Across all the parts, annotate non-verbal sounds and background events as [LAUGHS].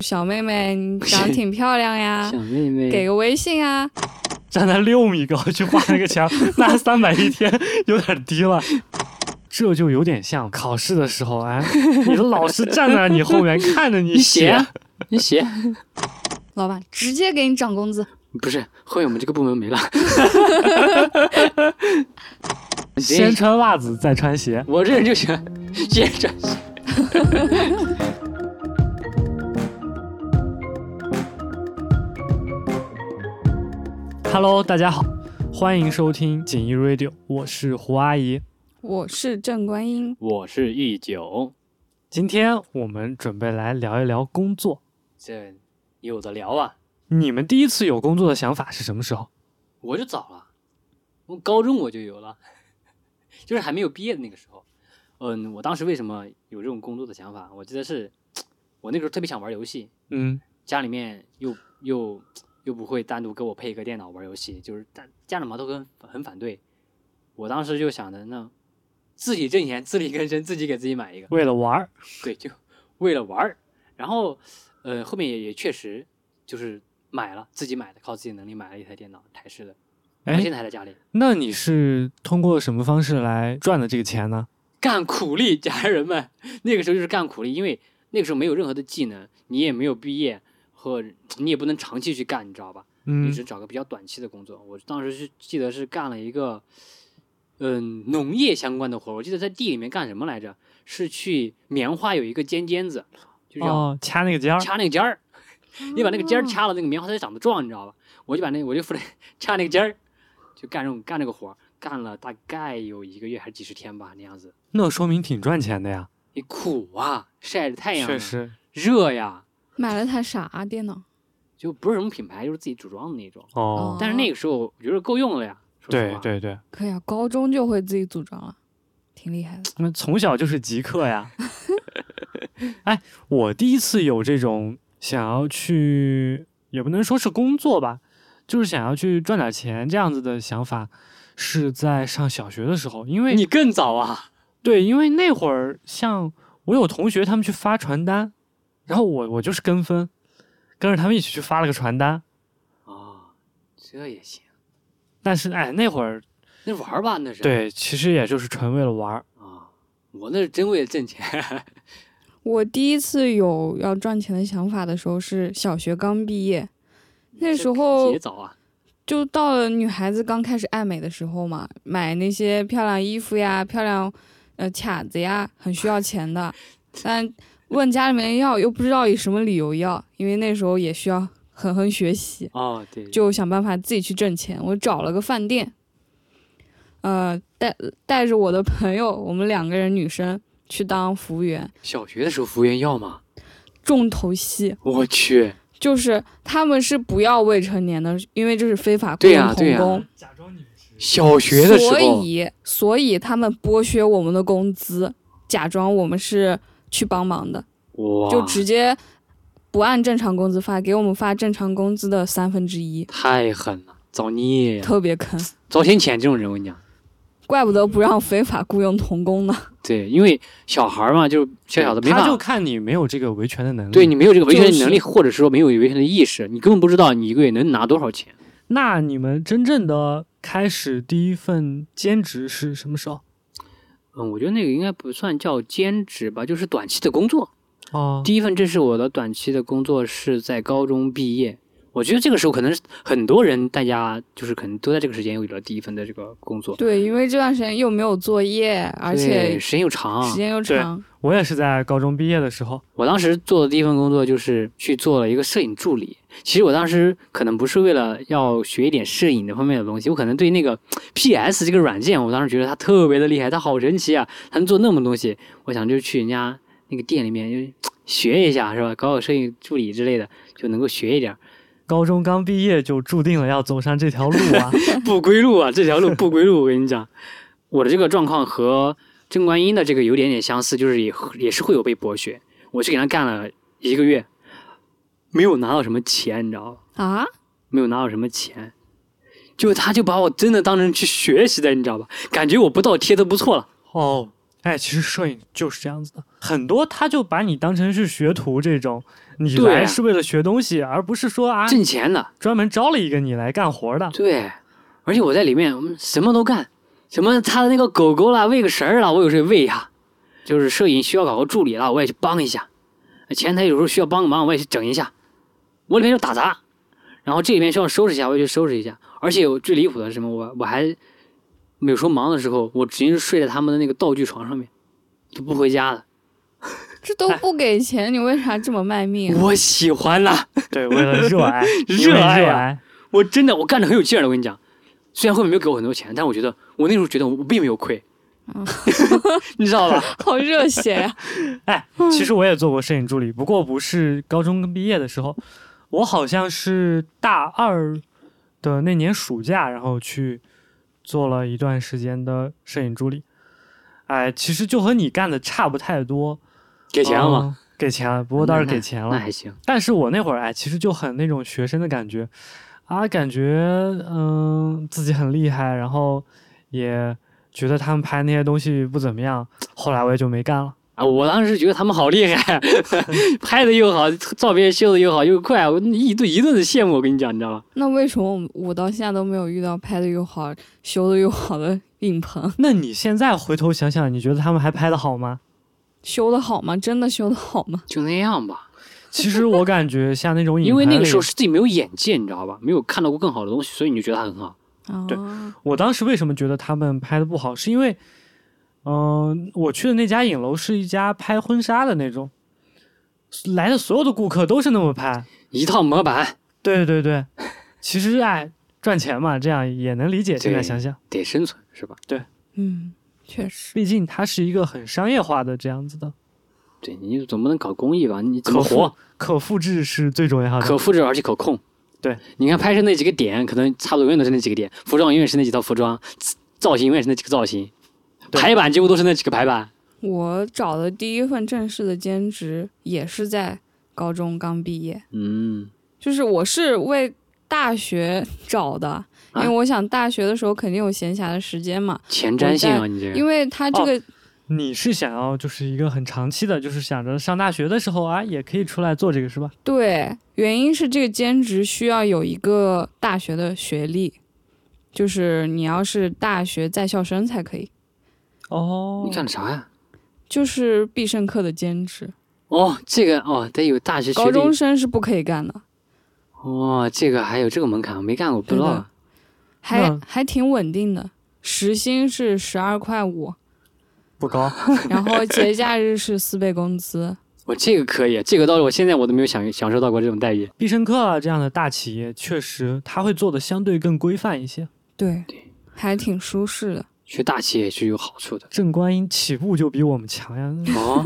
小妹妹，你长得挺漂亮呀小，妹妹，啊给个微信啊。站在六米高去画那个 [LAUGHS] 墙，那三百一天有点低了。这就有点像考试的时候，哎，你的老师站在你后面看着你 [LAUGHS] 你写写，啊，你写， [LAUGHS] 老板直接给你涨工资，不是，后面我们这个部门没了。先穿袜子再穿鞋。我这人就喜欢接着写。 Hello，大家好，欢迎收听锦衣 Radio，我是胡阿姨。我是郑观音。我是一九，今天我们准备来聊一聊工作。这有的聊啊。你们第一次有工作的想法是什么时候？我就早了，我高中我就有了， [LAUGHS] 就是还没有毕业的那个时候。嗯，我当时为什么有这种工作的想法？我记得是我那个时候特别想玩游戏，嗯，家里面又又又不会单独给我配一个电脑玩游戏，就是家家长嘛都很很反对。我当时就想着，那自己挣钱，自力更生，自己给自己买一个，为了玩儿，对，就为了玩儿。然后，呃，后面也也确实就是买了，自己买的，靠自己能力买了一台电脑，台式的，我哎现在还在家里那你是通过什么方式来赚的这个钱呢？干苦力，家人们， [LAUGHS] 那个时候就是干苦力，因为那个时候没有任何的技能，你也没有毕业和你也不能长期去干，你知道吧？嗯一，直找个比较短期的工作。我当时是记得是干了一个，嗯、农业相关的活儿。我记得在地里面干什么来着？是去棉花有一个尖尖子，就是要哦，掐那个尖儿，掐那个尖儿。 [LAUGHS] 你把那个尖儿哦掐了，那个棉花才长得壮，你知道吧？我就把那我就负责 [LAUGHS] 掐那个尖儿，就干这种干这个活儿，干了大概有一个月还是几十天吧，那样子。那说明挺赚钱的呀。你苦啊，晒着太阳啊，确实，热呀，买了台啥电脑？就不是什么品牌，就是自己组装的那种。哦，但是那个时候我觉得够用了呀，说实对话。对对，可以啊，高中就会自己组装了，挺厉害的。那从小就是极客呀。 [LAUGHS] 哎，我第一次有这种想要去，也不能说是工作吧，就是想要去赚点钱这样子的想法，是在上小学的时候，因为你更早啊，对，因为那会儿像我有同学他们去发传单，然后我我就是跟风，跟着他们一起去发了个传单，哦，这也行，但是哎，那会儿那玩儿吧，那是对，其实也就是纯为了玩儿。啊，我那是真为了挣钱，我第一次有要赚钱的想法的时候是小学刚毕业， [LAUGHS] 那时候也早啊，就到了女孩子刚开始爱美的时候嘛，买那些漂亮衣服呀、漂亮呃卡子呀，很需要钱的。但问家里面要，又不知道以什么理由要，因为那时候也需要狠狠学习， [LAUGHS] 哦对，就想办法自己去挣钱。我找了个饭店，呃，带带着我的朋友，我们两个人女生去当服务员，小学的时候服务员要嘛，重头戏。我去，就是他们是不要未成年的，因为这是非法雇对呀佣对童呀工。假装你是小学的时所候，以所以他们剥削我们的工资，假装我们是去帮忙的，哇，就直接不按正常工资发，给我们发正常工资的三分之一，太狠了，造孽呀，特别坑，遭天谴这种人，我跟你讲，怪不得不让非法雇佣童工呢。对，因为小孩儿嘛，就是小小的没他就法。看你没有这个维权的能力。对你没有这个维权的能力，就或者说没有维权的意识，你根本不知道你一个月能拿多少钱。那你们真正的开始第一份兼职是什么时候？嗯，我觉得那个应该不算叫兼职吧，就是短期的工作。哦，第一份正式我的短期的工作是在高中毕业，我觉得这个时候可能是很多人大家就是可能都在这个时间有了第一份的这个工作，对，因为这段时间又没有作业，而对且时间又长啊时。间又对长，我也是在高中毕业的时候，我当时做的第一份工作就是去做了一个摄影助理。其实我当时可能不是为了要学一点摄影这方面的东西，我可能对那个 [LAUGHS] PS 这个软件，我当时觉得它特别的厉害，它好神奇啊，它能做那么多东西。我想就去人家那个店里面就学一下，是吧？搞搞摄影助理之类的，就能够学一点。高中刚毕业就注定了要走上这条路啊。不归路啊，这条路不归路。我跟你讲，我的这个状况和郑观音的这个有点点相似，就是也也是会有被剥削。我去给他干了一个月，没有拿到什么钱，你知道吧？啊，没有拿到什么钱，就他就把我真的当成去学习的，你知道吧？感觉我不倒贴都不错了。哦，哎，其实摄影就是这样子的，很多他就把你当成是学徒这种，你对啊来是为了学东西，而不是说啊挣钱的，专门招了一个你来干活的。对，而且我在里面嗯什么都干，什么他的那个狗狗啦，喂个食儿啦，我有时候也喂一下，就是摄影需要搞个助理啦，我也去帮一下，前台有时候需要帮个忙，我也去整一下，我里面就打杂，然后这里面需要收拾一下，我也去收拾一下，而且我最离谱的是什么，我我还有时候忙的时候，我直接睡在他们的那个道具床上面，就不回家了，这都不给钱，你为啥这么卖命、啊？哎我喜欢呐。对，为了 [LAUGHS] 热爱，因为热爱啊热呀爱，我真的我干的很有劲儿的，我跟你讲，虽然后面没有给我很多钱，但我觉得我那时候觉得我并没有亏，嗯你知道吧？ [LAUGHS] 好热血呀、 [LAUGHS] 哎，其实我也做过摄影助理，不过不是高中毕业的时候，我好像是大二的那年暑假，然后去做了一段时间的摄影助理。哎，其实就和你干的差不太多，给钱了吗？嗯嗯给钱了，不过倒是给钱哦那了。还行。但是我那会儿哎，其实就很那种学生的感觉，啊，感觉嗯自己很厉害，然后也觉得他们拍那些东西不怎么样，后来我也就没干了。啊，我当时觉得他们好厉害， [LAUGHS] 拍的又好，照片修的又好又快，我一顿一顿的羡慕。我跟你讲，你知道吧？那为什么我我到现在都没有遇到拍的又好、修的又好的影棚？ [LAUGHS] 那你现在回头想想，你觉得他们还拍的 [LAUGHS] 好吗？修的好吗？真的修的好吗？就那样吧，其实我感觉像那种影，因为那个时候，是自己没有眼界，你知道吧？没有看到过更好的东西，所以你就觉得它很好。啊，对我当时为什么觉得他们拍的不好，是因为，嗯、我去的那家影楼是一家拍婚纱的那种，来的所有的顾客都是那么拍。一套模板对对对，其实哎，赚钱嘛，这样也能理解。现在对想想，得生存是吧？嗯，确实。毕竟它是一个很商业化的这样子的，对，你总不能搞公益吧？你怎可么复活？可复制是最重要的。可复制而且可控。对，你看拍摄那几个点，可能差不多永远都是那几个点，服装永远是那几套服装，造型永远是那几个造型，对排版几乎都是那几个排版。我找的第一份正式的兼职也是在高中刚毕业，嗯，就是我是为大学 [LAUGHS] 找的，因啊为我想大学的时候肯定有闲暇的时间嘛，前瞻性啊，你这个因为他这个、哦你是想要就是一个很长期的，就是想着上大学的时候啊，也可以出来做这个是吧？对原因是这个兼职需要有一个大学的学历，就是你要是大学在校生才可以，哦你干的啥呀？就是必胜客的兼职，哦，这个哦，得有大学学高中历。生是不可以干的，哇、哦，这个还有这个门槛，我没干过，不知对道啊的。嗯还那还挺稳定的，时薪是十二块 [LAUGHS] 五。不高，然后节假日是四倍工资。我这个可以，这个到我现在我都没有享享受到过这种待遇。必胜客啊这样的大企业确实它会做的相对更规范一些。对，还挺舒适的。去大企业是有好处的。正观音起步就比我们强呀，哦，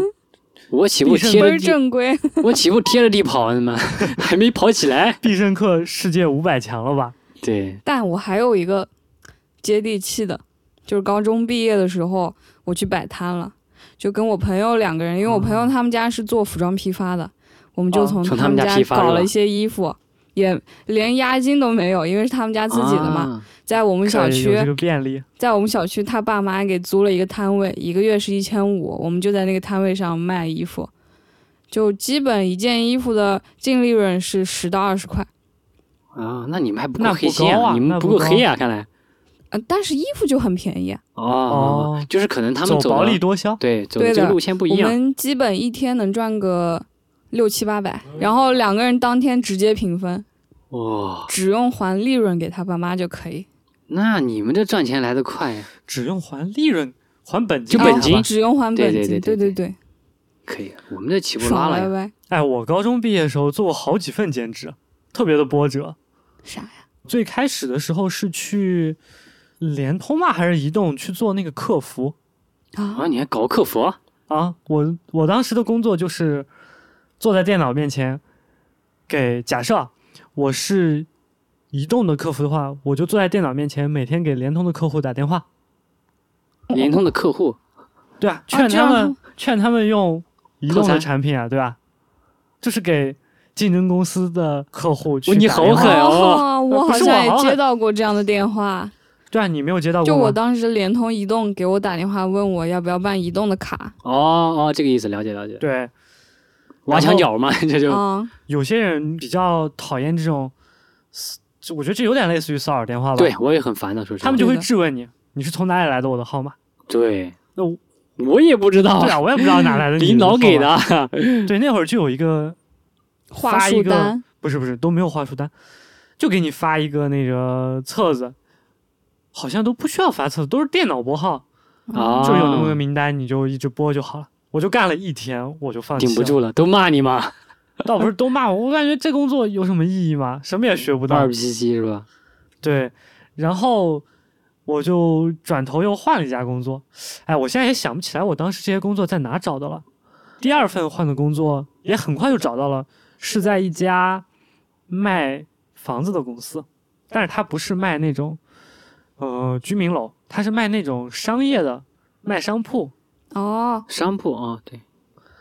我起步必胜贴不着是地，正规，我起步贴着地跑，他妈 [LAUGHS] 还没跑起来。必胜客世界五百强了吧？对，但我还有一个接地气的，就是高中毕业的时候，我去摆摊了，就跟我朋友两个人，因为我朋友他们家是做服装批发的，我们就哦从哦从他他们家家批发搞是吧了一些衣服，也连押金都没有，因为是他们家自己的嘛，啊在我们小可以有这区，个便利，在我们小区，他爸妈给租了一个摊位，一个月是一千五，我们就在那个摊位上卖衣服，就基本一件衣服的净利润是十到二十块，啊，那你们还不那够不黑心高啊你们那不不够高黑啊，看来。呃，但是衣服就很便宜啊、哦哦，就是可能他们走走薄的利多销。对走对这个的路线不一我样。们基本一天能赚个六七八百，然后两个人当天直接平分，哇、只用还利润给他爸妈就可以，哦那你们这赚钱来得快呀，只用还利润，还本金就吧，本金哦只用还对本对金，对对对对，可以。我们这起步拉爽了歪呀，歪，哎，我高中毕业的时候做过好几份兼职，特别的波折。啥呀？最开始的时候是去联通嘛，还是移动去做那个客服啊，啊，你还搞客服啊？啊？我我当时的工作就是坐在电脑面前，给假设啊我是移动的客服的话，我就坐在电脑面前，每天给联通的客户打电话，联通的客户对啊，劝哦这他样们、吗劝他们用移动口的才产品啊，对吧？就是给竞争公司的客户去哦打你电好话。狠哦 [LAUGHS] 我不好是我像也好狠接到过这样的电话，对啊，你没有接到过就我吗当时联通、移动给我打电话问我要不要办移动的卡，哦哦，这个意思，了解了解。对，挖墙脚嘛， [LAUGHS] 这 [LAUGHS] 就嗯，有些人比较讨厌这种，就我觉得这有点类似于骚扰电话吧。对，我也很烦的，说实话。他们就对会的质问你，你是从哪里来的我的号码？对，那我我也不知道对啊，我也不知道哪来的你领导号哦给码。的。对，那会儿就有一个话发一术个单，不是不是都没有话术单，就给你发一个那个册子，好像都不需要发册子，都是电脑拨号，啊，就有那么个名单，你就一直拨就好了。我就干了一天，我就放弃顶不了。住了，都骂你嘛，倒不是都骂我，我感觉这工作有什么意义吗？什么也学不到二。皮七是吧？对，然后我就转头又换了一家工作。哎，我现在也想不起来我当时这些工作在哪找的了。第二份换的工作也很快就找到了，是在一家卖房子的公司，但是它不是卖那种呃居民楼，它是卖那种商业的，卖商铺。哦，商铺啊、对，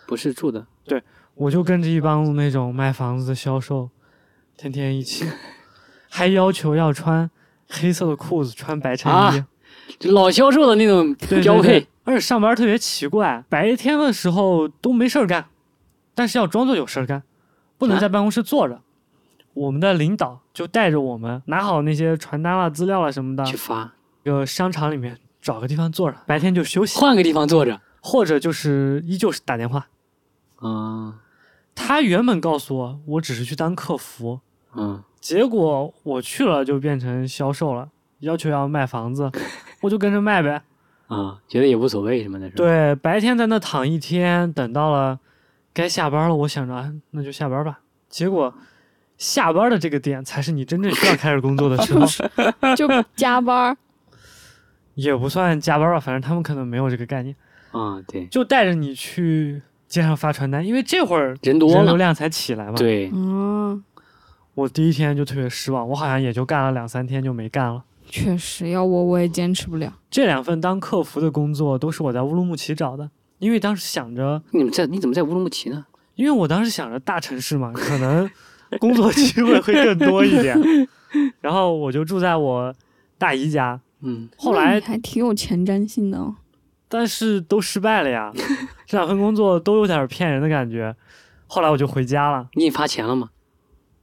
不是住的，我就跟着一帮那种卖房子的销售，天天一起，还要求要穿黑色的裤子，穿白衬衣。啊就老销售的那种对标配。。对对而且上班特别奇怪，白天的时候都没事儿干，但是要装作有事儿干，不能啊在办公室坐着。我们的领导就带着我们拿好那些传单啦、啊资料啦什么的，去发，一个商场里面找个地方坐着，白天就休息，换个地方坐着。或者就是依旧是打电话。嗯啊他原本告诉我，我只是去当客服，嗯，结果我去了就变成销售了，要求要卖房子，我就跟着卖呗。啊，觉得也无所谓什么的，是吧？对，白天在那躺一天，等到了该下班了，我想着啊，那就下班吧。结果下班的这个点才是你真正需要开始工作的 [LAUGHS] 时候，就加班儿，也不算加班吧，反正他们可能没有这个概念，啊，对，就带着你去街上发传单，因为这会儿人多人流了，量才起来嘛。，对，嗯，我第一天就特别失望，我好像也就干了两三天就没干了。确实，要我我也坚持不了。这两份当客服的工作都是我在乌鲁木齐找的，因为当时想着你们在你怎么在乌鲁木齐呢？因为我当时想着大城市嘛，可能工作机会会更多一点，然后我就住在我大姨家。嗯，后那来你，还挺有前瞻性的、哦，但是都失败了呀，这两份工作都有点骗人的感觉。后来我就回家了，你发钱了吗？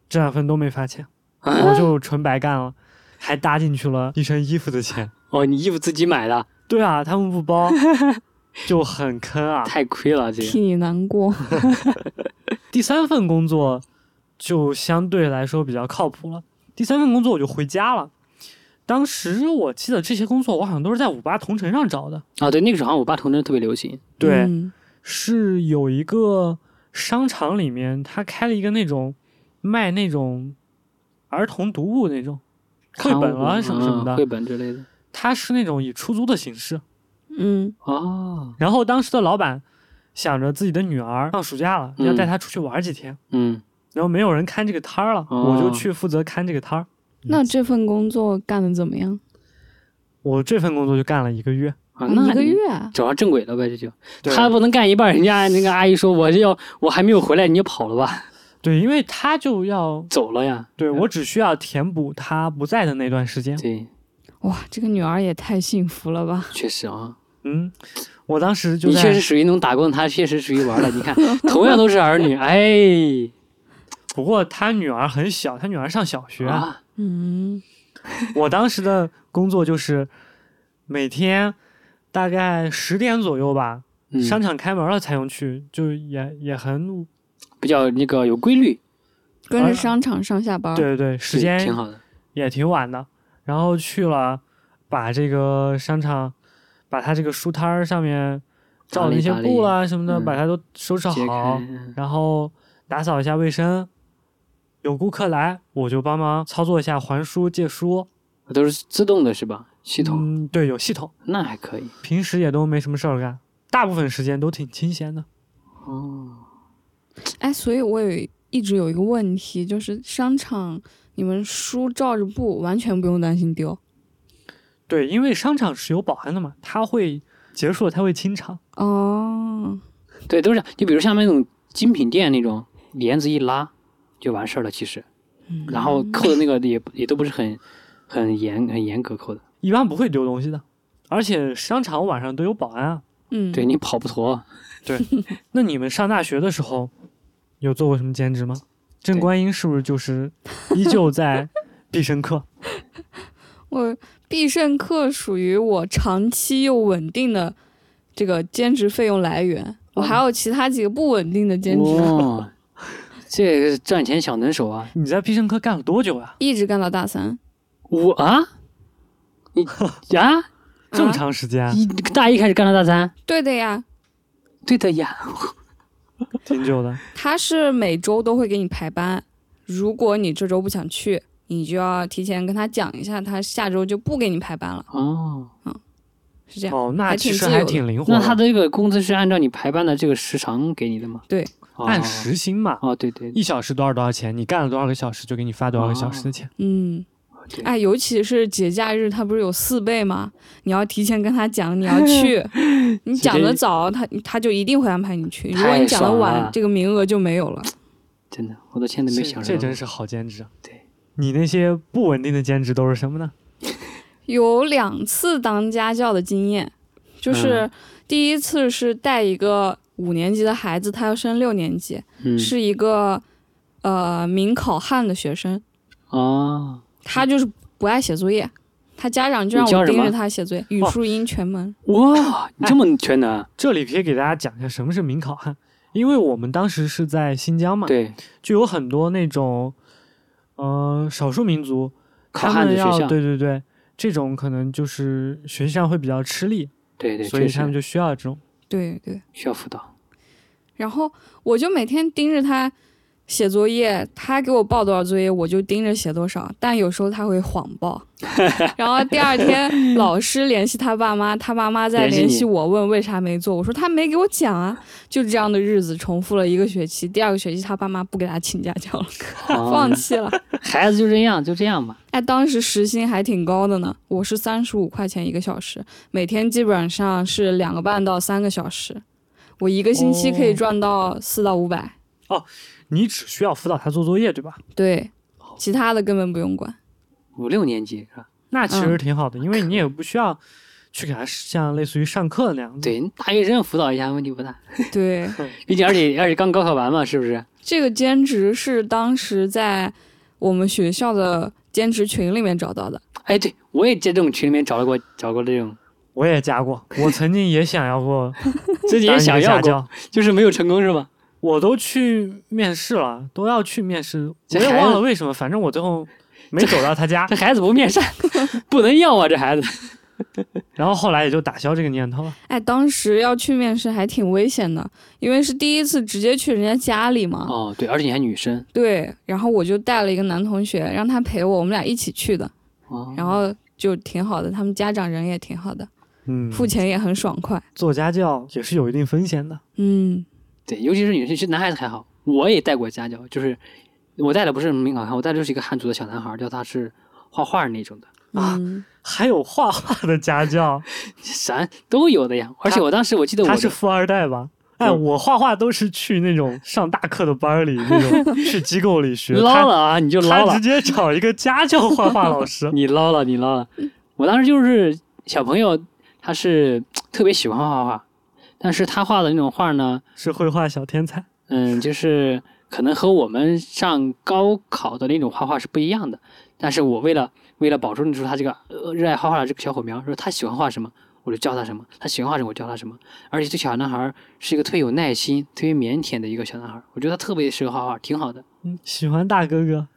这两份都没发钱，啊我就纯白干了，还搭进去了一身衣服的 [LAUGHS] 钱。哦，你衣服自己买的，对啊，他们不包， [LAUGHS] 就很坑啊。太亏了，这个替你难过。第三份工作就相对来说比较靠谱了。第三份工作我就回家了。当时我记得这些工作我好像都是在五八同城上找的，啊，对，那个时候好像我爸童真特别流行，对嗯是有一个商场里面他开了一个那种卖那种儿童读物那种绘本刊啊物什么什么嗯的绘，本之类的。他是那种以出租的形式。嗯，哦，然后当时的老板想着自己的女儿放暑假了，要嗯带她出去玩几天，嗯，然后没有人看这个摊儿了，我就哦去负责看这个摊儿。那这份工作干的怎么样？我这份工作就干了一个月，啊，哦那一个你月啊，走上正轨了呗，这就对他不能干一半，人家那个阿姨说我这要我还没有回来，你就跑了吧，对，因为他就要走了呀。对我只需要填补他不在的那段时间。对，哇，这个女儿也太幸福了吧！确实啊，嗯，我当时就你确实在，属于那种打工，他确实属于玩儿的。 [LAUGHS] 你看，同样都是儿女，哎，不过他女儿很小，他女儿上小学。啊，嗯，我当时的工作就是每天大概十点左右吧，嗯商场开门了才能去，就也也很比较那个有规律，跟啊着商场上下班儿，对对对，时对间挺好的。也挺晚的，然后去了，把这个商场，把他这个书摊儿上面打照的理那些打理布啊什么的，嗯把它都收拾解好开，嗯然后打扫一下卫生。有顾客来，我就帮忙操作一下还书、借书。嗯都是自动的是吧？系统、嗯，对，有系统。那还可以。平时也都没什么事儿干，大部分时间都挺清闲的。哦，哎，所以我有一直有一个问题，就是商场你们书照着布，完全不用担心丢。对，因为商场是有保安的嘛，他会结束了他会清场。哦，对，都是就比如像那种精品店那种帘子一拉就嗯嗯完事儿了，其实，然后扣的那个也也都不是很很严很严格扣的。一般不会丢东西的，而且商场晚上都有保安啊。嗯，对你跑不 [LAUGHS] 脱，那你们上大学的时候有做过什么兼职吗？郑对观音是不是就是依旧在必胜客？我必胜客属于我长期又稳定的这个兼职费用来源，我还有其他几个不稳定的兼职，哇，这个赚钱小能手啊！ [LAUGHS] 你在必胜客干了多久啊？一直干到大三。我啊，你啊， [LAUGHS] 这么啊长时间，一大一开始干到大三，对的呀，对的呀，挺久 [LAUGHS] 的。他是每周都会给你排班，如果你这周不想去，你就要提前跟他讲一下，他下周就不给你排班了，哦，是这样。哦，那还其挺实自还由的挺灵活那他的这个工资是按照你排班的这个时长给你的吗？对哦，按时薪嘛，哦，对对，一小时多少多少钱，你干了多少个小时就给你发多少个小时的钱。嗯对，哎，尤其是节假日，他不是有四倍吗？你要提前跟他讲你要 [LAUGHS] 去，你讲这的早，他他就一定会安排你去；如果太你讲的爽晚了，这个名额就没有 [LAUGHS] 了。真的，我到现在没这想这到真是好兼职。啊对，你那些不稳定的兼职都是什么呢？有两次当家教的经验，就是嗯第一次是带一个五年级的孩子，他要升六年级，嗯是一个呃名考汉的学生，哦，他就是不爱写作业，他家长就让你教我什盯么着他写作业，语哦数英全门。哇，你这么全能，啊这里可以给大家讲一下什么是民考汉，因为我们当时是在新疆嘛，对，就有很多那种，呃，少数民族，考他汉们的学要校，对对对，这种可能就是学习上会比较吃力，对对，所以确他们实就需要这种。对对。需要辅导，然后我就每天盯着他写作业，他给我报多少作业，我就盯着写多少。但有时候他会谎 [LAUGHS] 报，然后第二天老师联系他爸妈，他爸妈再联系联你系我，问为啥没做。我说他没给我讲啊，就这样的日子重复了一个学期。第二个学期他爸妈不给他请家教了，放哦弃了。孩子就这样，就这样吧。哎，当时时薪还挺高的呢，我是三十五块钱一个小时，每天基本上是两个半到三个小时，我一个星期可以哦赚到四到五百。你只需要辅导他做作业，对吧？对，其他的根本不用管。五六年级是吧？那其实嗯挺好的，因为你也不需要去给他像类似于上课那样子。，对，大学生辅导一下问题不大，对，毕竟而且而且刚高考完嘛，是不是？这个兼职是当时在我们学校的兼职群里面找到的。哎，对我也在这种群里面找到过找过这种，我也加过，我曾经也想要 [LAUGHS] 过自己当也一想个要家过，教，就是没有成功是吧？我都去面试了，都要去面试，我这也孩子忘了为什么，反正我最后没走到 [LAUGHS] 他家这，孩子不 [LAUGHS] 面善，不能要啊！这孩子，然后后来也就打消这个念头了。哎，当时要去面试还挺危险的，因为是第一次直接去人家家里嘛。哦，对，而且你还女生，对，然后我就带了一个男同学，让他陪我，我们俩一起去的，哦，然后就挺好的，他们家长人也挺好的，嗯，付钱也很爽快。做家教也是有一定风险的。 [LAUGHS] 嗯，对，尤其是女生，其实男孩子还好，我也带过家教，就是我带的不是民考汉，我带的就是一个汉族的小男孩，叫他是画画那种的，啊嗯还有画画的家教，啥都有的呀。而且我当时我记得他我是的富二代吧？哎，我我画画都是去那种上大课的班儿里，那 [LAUGHS] 种去机构里学。捞了啊，你就他捞他了。直，接找一个家教画画老 [LAUGHS] 师嗯你捞了，你捞了。嗯我当时就是小朋友，他是特别喜欢画画，但是他画的那种画呢，是绘画小天才，嗯，就是可能和我们上高考的那种画画是不一样的。但是我为了为了保证住他这个、呃、热爱画画的这个小火苗，说他喜欢画什么，我就教他什么；他喜欢画什么，我教他什么。而且这小男孩儿是一个特别有耐心、特别腼腆的一个小男孩儿，我觉得他特别适合画画，挺好的。嗯，喜欢大哥哥，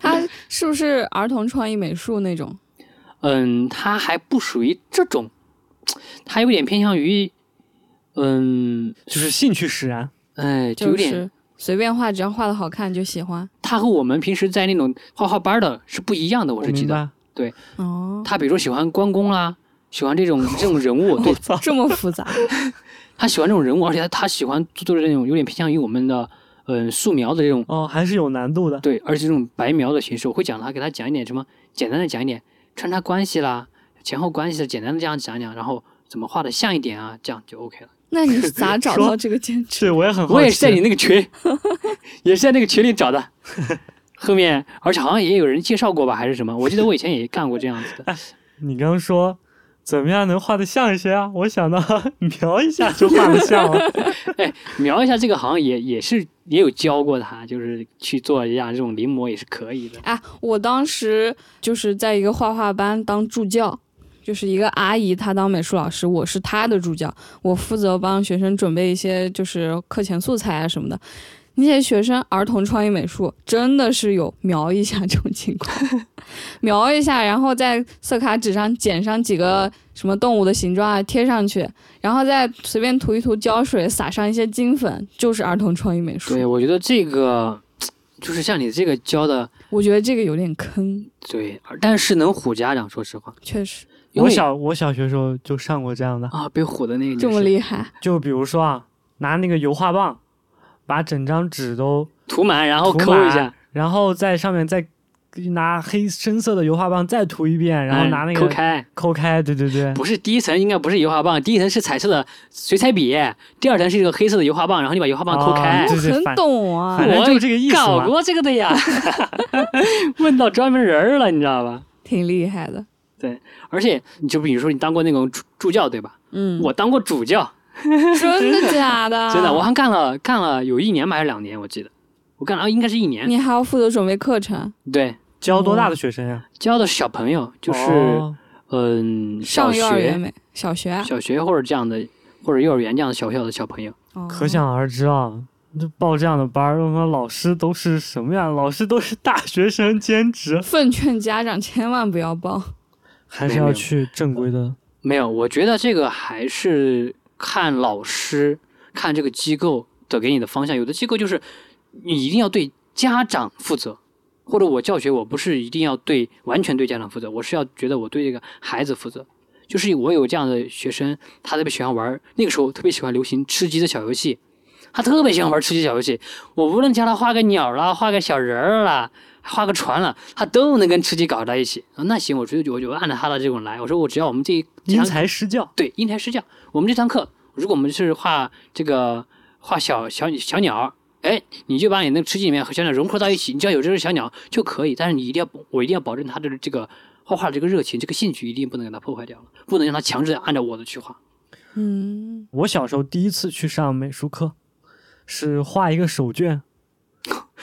他是不是儿童创意美术那种？嗯，他还不属于这种，他有点偏向于，嗯，就是兴趣使然。哎，就有就点、是随便画，只要画的好看就喜欢。他和我们平时在那种画画班儿的是不一样的，我我是记明得。白。 [LAUGHS] 哦，他比如说喜欢关公啦，喜欢这种 [LAUGHS] 这种人物，对操！这么复杂。他喜欢这种人物，而且他他喜欢做的这种有点偏向于我们的嗯素描的这种，哦，还是有难度的。对，而且这种白描的形式，我会讲他给他讲一点什么，简单的讲一点穿插关系啦，前后关系的简单的这样讲讲，然后怎么画的像一点啊，这样就 OK 了。那你是咋找说到这个兼职？对，我也很好 [LAUGHS] 奇。我也是在你那个群， [LAUGHS] 也是在那个群里找的。 [LAUGHS] 后面，而且好像也有人介绍过吧，还是什么？我记得我以前也干过这样子的。你刚说怎么样能画得像一些啊？我想到 [LAUGHS] 描一下就画得像了。描一下这个行业也是也有教过他，就是去做一下这种临摹也是可以的。哎，我当时就是在一个画画班当助教，就是一个阿姨，她当美术老师，我是她的助教，我负责帮学生准备一些就是课前素材啊什么的。那些学生儿童创意美术真的是有描一下这种情况， [LAUGHS] 描一下，然后在色卡纸上剪上几个什么动物的形状啊贴上去，然后再随便涂一涂胶水，撒上一些金粉，就是儿童创意美术。对，我觉得这个就是像你这个教的，我觉得这个有点坑，对，但是能唬家长，说实话，确实 [LAUGHS] 因我为小我小学时候就上过这样的，啊被唬的那个这么就是厉害。就比如说啊，拿那个油画棒把整张纸都涂满然后涂抠一满下，然后在上面再拿黑深色的油画棒再涂一遍，然后嗯拿那抠个开。抠开，对对对，不是第一层应该不是油画棒，第一层是彩色的水彩笔，第二层是一个黑色的油画棒，然后你把油画棒抠开哎啊。对对哎很反懂啊反，正就是这个意思搞嘛。过这个的 [LAUGHS] 呀，问到专门人儿了，你知道吧？挺厉害的。而且你就比如说你当过那种助助教对吧？嗯，啊我当过主教，真的假的？真的，我还干了干了有一年吧还是两年，我记得我干了啊应该是一年。你还要负责准备课程，对，教多大的学生呀？教的是小朋友，就是、哦嗯小上幼儿园学、没？小学啊？小学或者这样的，或者幼儿园这样的小小的小朋友。哦可想而知啊。就报这样的班儿，他妈老师都是什么样？老师都是大学生兼职，奉劝家长千万不要 [LAUGHS] 报。还没是有没有要嗯去正规的。没有，我觉得这个还是看老师、看这个机构的给你的方向。有的机构就是你一定要对家长负责，或者我教学我不是一定要对完全对家长负责，我是要觉得我对这个孩子负责。就是我有这样的学生，他特别喜欢玩儿，那个时候特别喜欢流行吃鸡的小游戏，他特别喜欢玩吃鸡小游戏。我无论叫他画个鸟啦，画个小人儿啦，画个船啦，他都能跟吃鸡搞到一起。啊那行，我就我就按照他的这种来。我说我只要我们这这因堂材施教，对，因材施教。我们这堂课，如果我们是画这个画小小小鸟，哎，你就把你那个吃鸡里面和小鸟融合到一起，你只要有这只小鸟就可以。但是你一定要，我一定要保证他的这个画画的这个热情，这个兴趣一定不能给他破坏掉了，不能让他强制地按照我的去画。嗯，我小时候第一次去上美术课，是画一个手绢。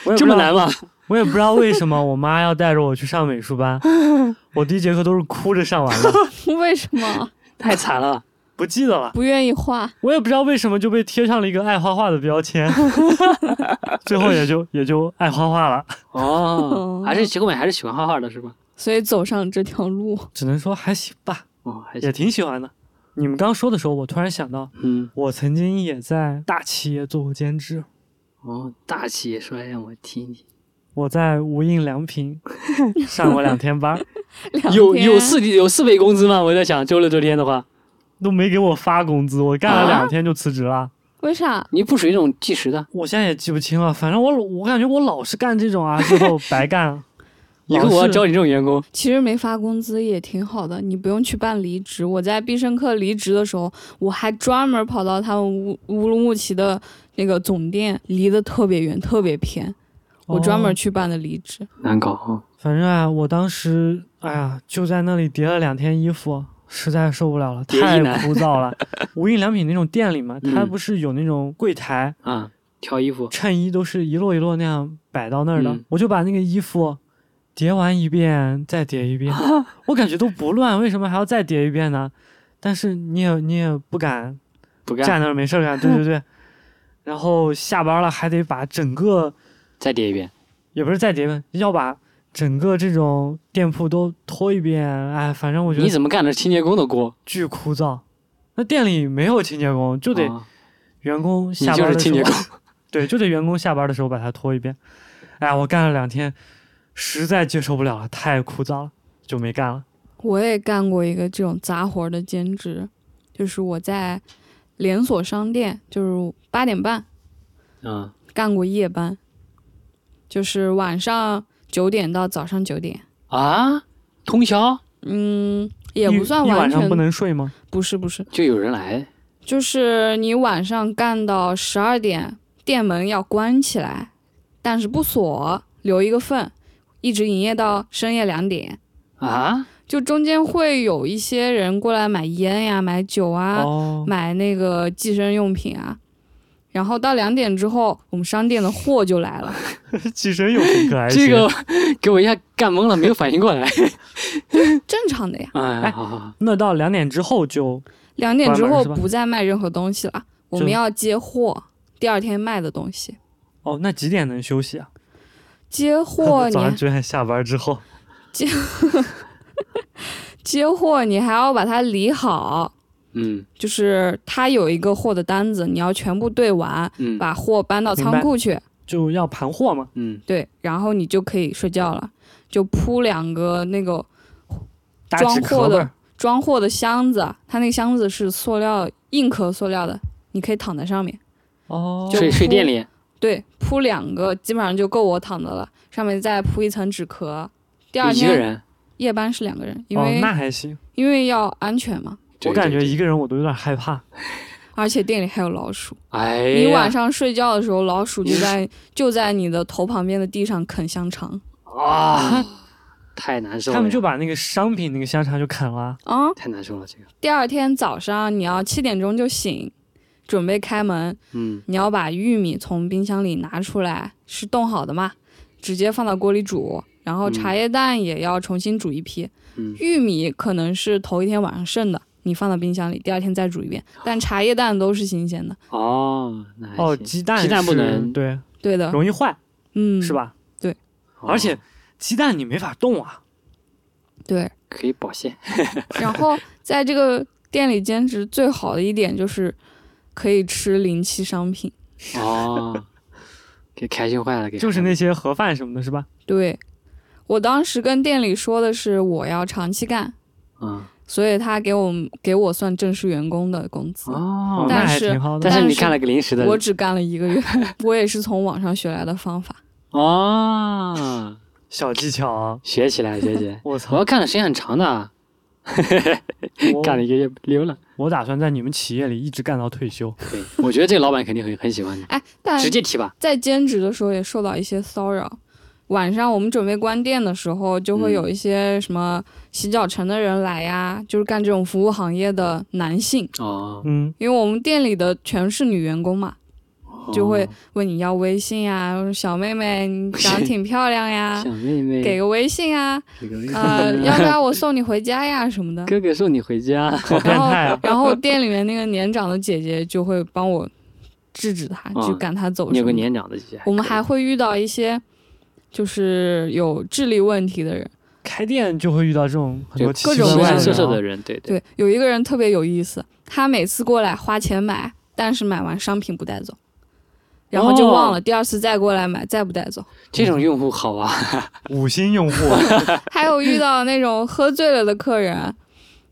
我这也不知么 [LAUGHS] 道难吗？我也不知道为什么，我妈要带着我去上美术 [LAUGHS] 班，我第一节课都是哭着上完的，为什么太惨 [LAUGHS] 了。不记得了。不愿意画？我也不知道为什么就被贴上了一个爱画画的标 [LAUGHS] 签，最后也就也就爱画画了，哦，还是后面还是喜欢画画的是吧？所以走上这条路，只能说还行吧，哦，还也行。挺喜欢的。你们刚说的时候，我突然想到，嗯，我曾经也在大企业做过兼职，哦，大气也说让我听听。我在无印良 [LAUGHS] 品上过两天班，两有天啊有四有四倍工资吗？我在想，周六周天的话，都没给我发工资，我干了两天就辞职了。为啥？你不属于那种计时的，我现在也记不清了，反正我我感觉我老是干这种啊，最后白干。以后我要老是招你这种员工。其实没发工资也挺好的，你不用去办离职。我在必胜客离职的时候，我还专门跑到他们乌乌鲁木齐的那个总店，离得特别远，特别偏，我专门哦去办的离职。难搞啊！反正啊，我当时哎呀，就在那里叠了两天衣服，实在受不了了，叠衣太男枯 [LAUGHS] 燥了。无印良品那种店里嘛，它嗯不是有那种柜台，啊，挑衣服，衬衣都是一摞一摞那样摆到那儿的，嗯我就把那个衣服。叠完一遍，再 [LAUGHS] 叠一遍，我感觉都不乱，为什么还要再叠一遍呢？但是你也你也不敢不干，站那儿没事儿干，对 [LAUGHS] 对对。然后下班了还得把整个再叠一遍。也不是再叠吧，要把整个这种店铺都拖一遍。哎，反正我觉你得怎么干的清洁工的锅？巨枯燥。那店里没有清洁工，就得啊员工你下就班是的时清洁候，工 [LAUGHS] 对，就得员工下班的时候把它拖一遍。哎，我干了两天，实在接受不了了，太枯燥了，就没干了。我也干过一个这种杂活儿的兼职，就是我在连锁商店，就是八点半啊！干过夜班，就是晚上九点到早上九点，啊，通宵嗯，也一不算一完晚全上不能睡吗？不是不是，就有人来，就是你晚上干到十二点，店门要关起来，但是不锁，留一个缝，一直营业到深夜两点。啊，就中间会有一些人过来买烟呀、买酒啊、哦，买那个计生用品啊。然后到两点之后，我们商店的货就 [LAUGHS] 来了。寄生用品可还行这个 [LAUGHS] 给我一下干懵了，没有反应过来。 [LAUGHS] 正常的呀。哎，好好好，那到两点之后就两点之关门后是吧不再卖任何东西了，我就们要接货，第二天卖的东西。哦，那几点能休息啊？ [LAUGHS] 接货你早上九点下班之后，接货你还要把它理好，嗯就是它有一个货的单子，你要全部对完，嗯把货搬到明白仓库去，就要盘货嘛。嗯，对，然后你就可以睡觉了，就铺两个那个打装纸货壳的儿装货的箱子，它那个箱子是塑料硬壳塑料的，你可以躺在上面。哦，就睡睡店里，对，铺两个基本上就够我躺的了，上面再铺一层纸壳。第二一个天人，夜班是两个人，因哦为、那还行，因为要安全嘛，对我感觉对一个人我都有点害怕。而且店里还有老鼠。哎呀，你晚上睡觉的时候，老鼠就在就在你的头旁边的地上啃香肠啊，太难受了呀，他们就把那个商品那个香肠就啃了，啊、太难受了，这个，第二天早上你要七点钟就醒，准备开门，嗯你要把玉米从冰箱里拿出来，是冻好的嘛，直接放到锅里煮。然后嗯茶叶蛋也要重新煮一批，嗯，玉米可能是头一天晚上剩的，你放到冰箱里，第二天再煮一遍。但茶叶蛋都是新鲜的，哦，那还哦，行鸡蛋鸡蛋不是能啊对，对的，容易坏嗯，是？吧？哦而且鸡蛋你没法动啊，对。可以保鲜，然后在这个店里兼职最好的一点就是可以吃临期商品， [LAUGHS] 哦，给开心坏了，给就是孩子那些盒饭什么的，是吧？对。我当时跟店里说的是我要长期干，嗯所以他给我们给我算正式员工的工资。哦哦，但那还是挺好的但。是但你是干了个临时的，我只干了一个月， [LAUGHS] 我也是从网上学来的方法。哦，小技巧啊，，学起来学起来 [LAUGHS] [LAUGHS] 我我操要，干的时间很长的，啊我干了一个月溜哦了，我打算在你们企业里一直干到退 [LAUGHS] 休。对，我觉得这个老板肯定很很喜欢你，哎， [LAUGHS] 但直接提吧，在兼职的时候也受到一些骚扰。晚上我们准备关店的时候，就会嗯有一些什么洗脚城的人来呀，就是干这种服务行业的男性，哦，嗯，因为我们店里的全是女员工嘛，就会哦问你要微信呀，说小妹妹你长得挺漂亮呀小，妹妹啊给个微信啊， [LAUGHS] 给个微信呃，要不要我送你回家呀什么的。哥哥送你回家，好变然后！态啊 [LAUGHS] 然后店里面那个年长的姐姐就会帮我制止他，嗯就赶他走你什有么的。个年长的姐姐，我们可以还会遇到一些就是有智力问题的人，开店就会遇到这种很就多奇各奇种怪各形怪样形的色色人啊的人，对对，对，有一个人特别有意思，他每次过来花钱买，但是买完商品不带走。然后就忘了，哦第二次再过来买，再不带走。这种用户好啊，五星用户，哦还有遇到那种喝醉了的客人，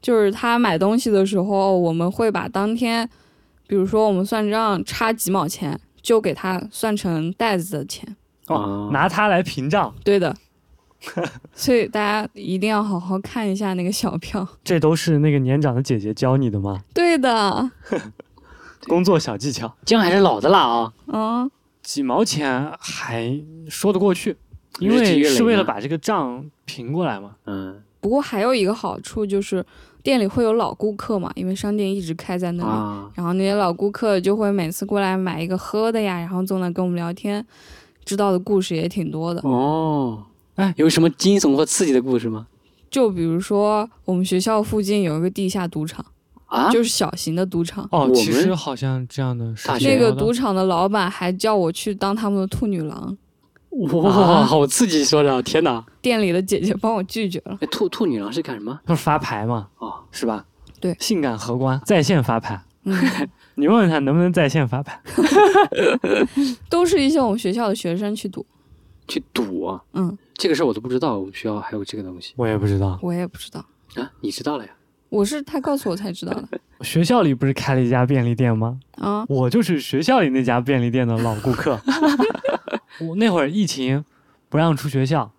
就是他买东西的时候，我们会把当天，比如说我们算账差几毛钱，就给他算成袋子的钱。哦哦，拿它来屏障，对的，所以大家一定要好好看一下那个小票。 [LAUGHS] 这都是那个年长的姐姐教你的吗？对的，工作小技巧，姜还是老的辣啊，嗯，几毛钱还说得过去，因日积为月累是为了嘛把这个账平过来嘛。嗯不过还有一个好处就是店里会有老顾客嘛，因为商店一直开在那里，啊，然后那些老顾客就会每次过来买一个喝的呀，然后坐那跟我们聊天，知道的故事也挺多的。哦，哎，有什么惊悚或刺激的故事吗？就比如说我们学校附近有一个地下赌场，啊，就是小型的赌场。哦，我其实们好像这样的是大挺那学个多的赌场的老板还叫我去当他们的兔女郎，啊哇，好刺激，说着，天哪！店里的姐姐帮我拒绝了。哎，兔兔女郎是干什么？不是发牌嘛，哦，是吧？对性感荷官在线发牌，嗯，你问问他能不能在线发牌。都是一些我们学校的学生去赌。去赌啊，嗯，这个事儿我都不知道，我们学校还有这个东西我也不知道，我也不知道，啊，你知道了呀？我是他告诉我才知道的。学校里不是开了一家便利店吗？啊，我就是学校里那家便利店的老顾 [LAUGHS] 客。我那会儿疫情不让出学校，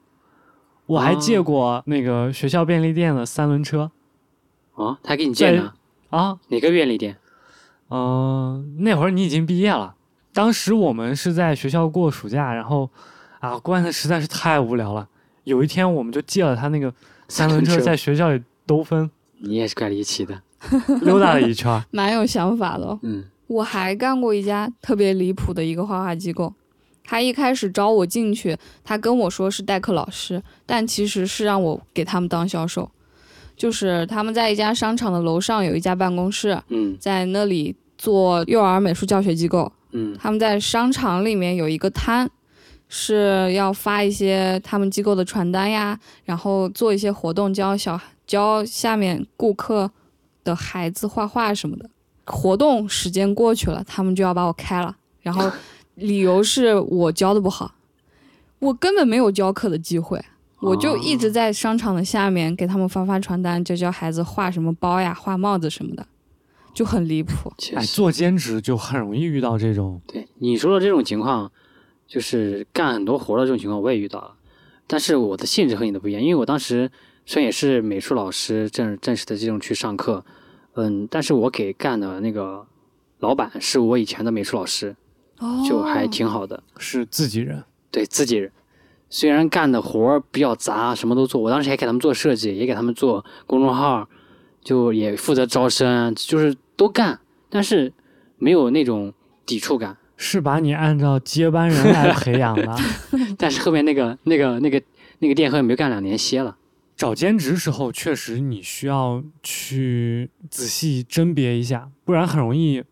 我还借过那个学校便利店的三轮车啊，他还给你借呢，啊。哪个便利店？嗯、那会儿你已经毕业了，当时我们是在学校过暑假，然后啊，关的实在是太无聊了，有一天我们就借了他那个三轮车，三轮车在学校里兜风 [LAUGHS] 你也是怪离奇的，溜达了一圈 [LAUGHS] 儿。蛮有想法的哦。嗯，我还干过一家特别离谱的一个画画机构，他一开始招我进去，他跟我说是代课老师，但其实是让我给他们当销售。就是他们在一家商场的楼上有一家办公室，嗯在那里做幼儿美术教学机构。嗯他们在商场里面有一个摊，是要发一些他们机构的传单呀，然后做一些活动，教小教下面顾客的孩子画画什么的。活动时间过去了，他们就要把我开了，然后理由是我教的不好，我根本没有教课的机会。我就一直在商场的下面给他们发发传单，教教孩子画什么包呀、画帽子什么的，就很离谱。确哎，实。做兼职就很容易遇到这种，对你说的这种情况，就是干很多活的这种情况，我也遇到了。但是我的性质和你的不一样，因为我当时虽然也是美术老师正正式的这种去上课，嗯，但是我给干的那个老板是我以前的美术老师，哦就还挺好的，是自己人，对自己人。虽然干的活儿比较杂，什么都做，我当时还给他们做设计，也给他们做公众号，就也负责招生，就是都干，但是没有那种抵触感。 [LAUGHS] 是把你按照接班人来培养的。但是后面那个那个那个那个店后面没干两年歇了，找兼职时候，确实你需要去仔细甄别一下，不然很容易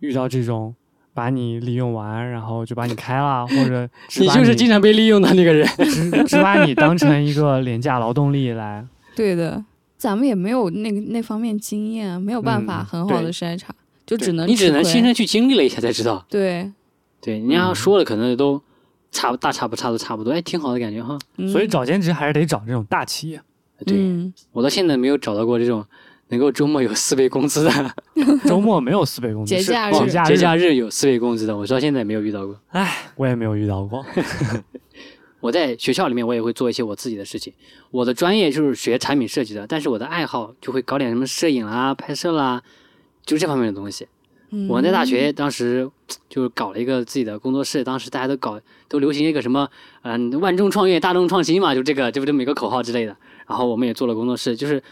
遇到这种把你利用完，然后就把你开了，或者 [LAUGHS] 只你把就是经常被利用的那个人。只只把你当成一个廉价劳动力来。对的，咱们也没有那个那方面经验啊，没有办法嗯很好的对筛查，就只能你只吃能亏嗯亲身去经历了一下才知道。对，对，人家说了可能都差不大差不差都差不多，哎，挺好的感觉哈。嗯、所以找兼职还是得找这种大企业，对、嗯，我到现在没有找到过这种能够周末有四倍工资的，周末没有四倍工资，节是假日哦节假节假日有四倍工资的，我到现在没有遇到过。我也没有遇 [LAUGHS] 到过。我在学校里面，我也会做一些我自己的事情。我的专业就是学产品设计的，但是我的爱好就会搞点什么摄影啦、拍摄啦，就这方面的东西。嗯我在大学当时就是搞了一个自己的工作室，当时大家都搞都流行一个什么，嗯、万众创业，大众创新嘛，就这个，就这么一个口号之类的。然后我们也做了工作室，就是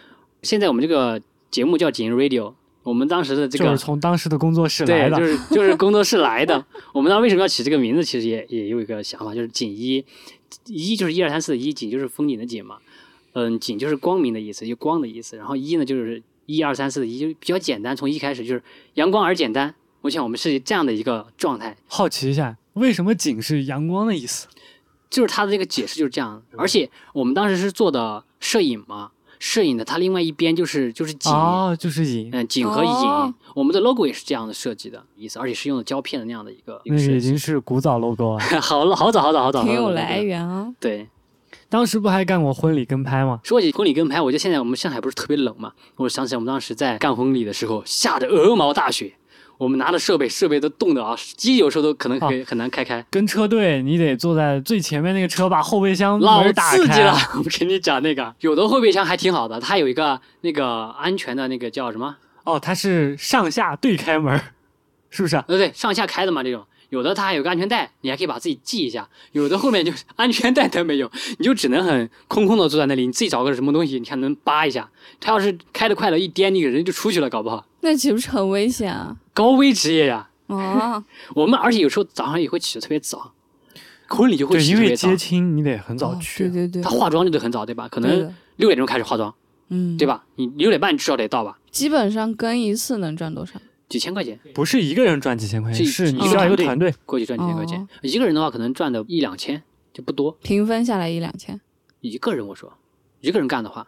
现在我们这个节目叫锦音 Radio，我们当时的这就个是从当时的工作室对，来的，就是就是工作室来的。我们当时为什么要起这个名字？其实也也有一个想法，就是锦衣，衣就是一二三四的衣，锦就是风景的景嘛，嗯，景就是光明的意思，就光的意思。然后一呢就是一二三四的一，就是比较简单，从一开始就是阳光而简单。我想我们是这样的一个状态，好奇一下，为什么景是阳光的意思？就是他的这个解释就是这样。而且我们当时是做的摄影嘛，摄影的它另外一边就是就是景。哦，就是影，嗯，景和影，哦我们的 logo 也是这样的设计的意思，而且是用的胶片的那样的一个一那个个设已计。经是古早 logo [LAUGHS] 了。好了，好早，好早，好早，挺好有早来。源啊，对，当时不还干过婚礼跟拍吗？说起婚礼跟拍，我觉得现在我们上海不是特别冷嘛，我想起来我们当时在干婚礼的时候，下着鹅毛大雪，我们拿的设备，设备都冻的啊，机有时候都可能可哦以很难开开，跟车队，你得坐在最前面那个车，把后备箱老门打开。刺激了。我跟你讲那个，有的后备箱还挺好的，它有一个那个安全的那个叫什么？哦，它是上下对开门儿，是不是啊？呃，对，上下开的嘛这种。有的它还有个安全带，你还可以把自己系一下；有的后面就是安全带都没有，你就只能很空空的坐在那里，你自己找个什么东西，你看能扒一下。它要是开的快了，一颠，你个人就出去了，搞不好那岂不是很危险啊？高危职业呀。 [LAUGHS] 哦，我们而且有时候早上也会起得特别早，婚礼就会对，起因得特为别早接。亲你得很早哦去。对对对啊他，化妆就得很早，对吧？可对能的六点钟开始化妆，嗯，对？吧？你六点半至少得到吧？基本上跟一次能赚多少？几千块钱不是一个人赚几千块钱，是哎是你一个需要一个团团队。过去赚几千块钱，哦一个人的话可能赚的一两千就不多。平分下来一两千，一个人我说，一个人干的话，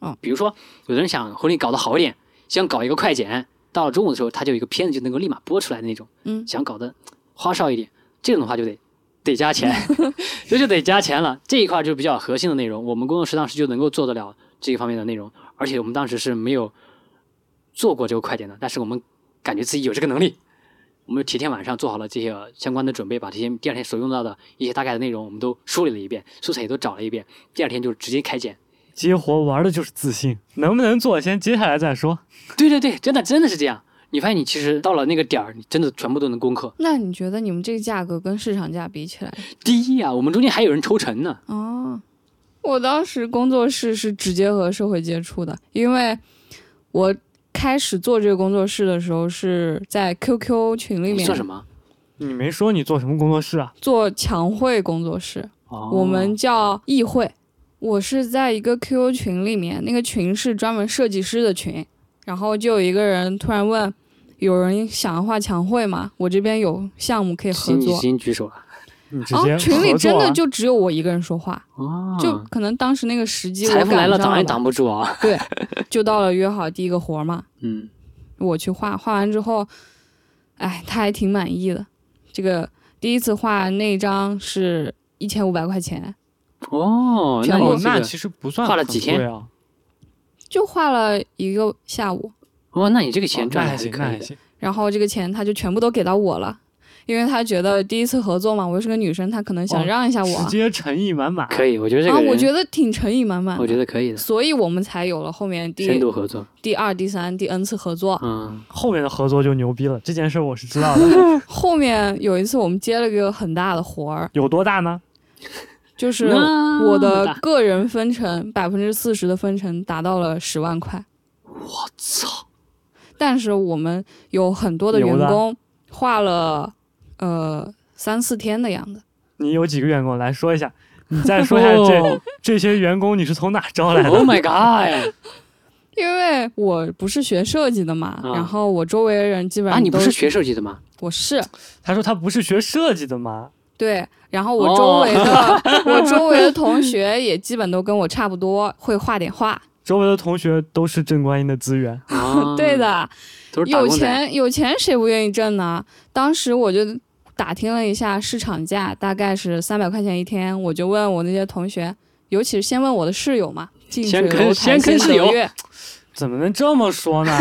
嗯比如说有的人想婚礼搞得好一点，想搞一个快剪，到了中午的时候他就有一个片子就能够立马播出来的那种，嗯想搞得花哨一点，这种的话就得得加钱， [LAUGHS] 这就得加钱了。这一块就比较核心的内容，我们工作室当时就能够做得了这一方面的内容，而且我们当时是没有做过这个快剪的，但是我们感觉自己有这个能力。我们提前晚上做好了这些相关的准备，把这些第二天所用到的一些大概的内容，我们都梳理了一遍，素材也都找了一遍。第二天就直接开剪。接活玩的就是自信，能不能做先接下来再说。对对对，真的真的是这样。你发现你其实到了那个点儿，你真的全部都能攻克。那你觉得你们这个价格跟市场价比起来，第一啊，我们中间还有人抽成呢，哦，我当时工作室是直接和社会接触的，因为我开始做这个工作室的时候是在 QQ 群里你面算什么？你没说你做什么工作室啊？做墙绘工作室，哦我们叫艺绘。我是在一个 QQ 群里面，那个群是专门设计师的群，然后就有一个人突然问，有人想要画墙绘吗？我这边有项目可以合行作。行举手了你直然后接哦群里合真作的啊就只有我一个人说话，哦，就可能当时那个时机我财富来赶了，上挡也吧挡不住啊。对，就到了约好第一个活儿嘛，嗯，我去画，画完之后，哎，他还挺满意的。这个第一次画那张是一千五百块钱，哦，全那你部哦，这那个其实不算画了很几天贵啊，就画了一个下午，哦，那你这个哦钱那赚的还还是行，可那以还的。行。然后这个钱他就全部都给到我了，因为他觉得第一次合作嘛，我又是个女生，他可能哦想让一下我直啊，接诚意满满。可以，我觉得这啊个人，我觉得挺诚意满满我的，觉得可以的，所以我们才有了后面深第度合作。第二、第三、第 N 次合作。嗯，后面的合作就牛逼了，这件事我是知 [LAUGHS] 道的。后面有一次我们接了个很大的活儿，有多大呢？就是那我么的大个人分成百分之四十的分成达到了十万块，我操，但是我们有很多的员有的工画了呃三四天的样子，你有几个员工？来说一下，你 [LAUGHS] 再说一下这这些员工你是从哪招 [LAUGHS] 来的？ ，Oh my god！因为我不是学设计的嘛，啊然后我周围的人基本啊，上你不都是学设计的吗？我是 [LAUGHS] 他说他不是学设计的吗？对。然后我哦周围的、 [LAUGHS] 我周围的同学也基本都跟我差不多，会画点画。，周围的同学都是正观音的资源，[LAUGHS] 啊对，的，都是打有工仔。钱有钱谁不愿意挣呢？当时我就打听了一下市场价，大概是三百块钱一天。我就问我那些同学，尤其是先问我的室友嘛，近水先楼坑台先坑室得友月。怎么能这么说 [LAUGHS] 呢？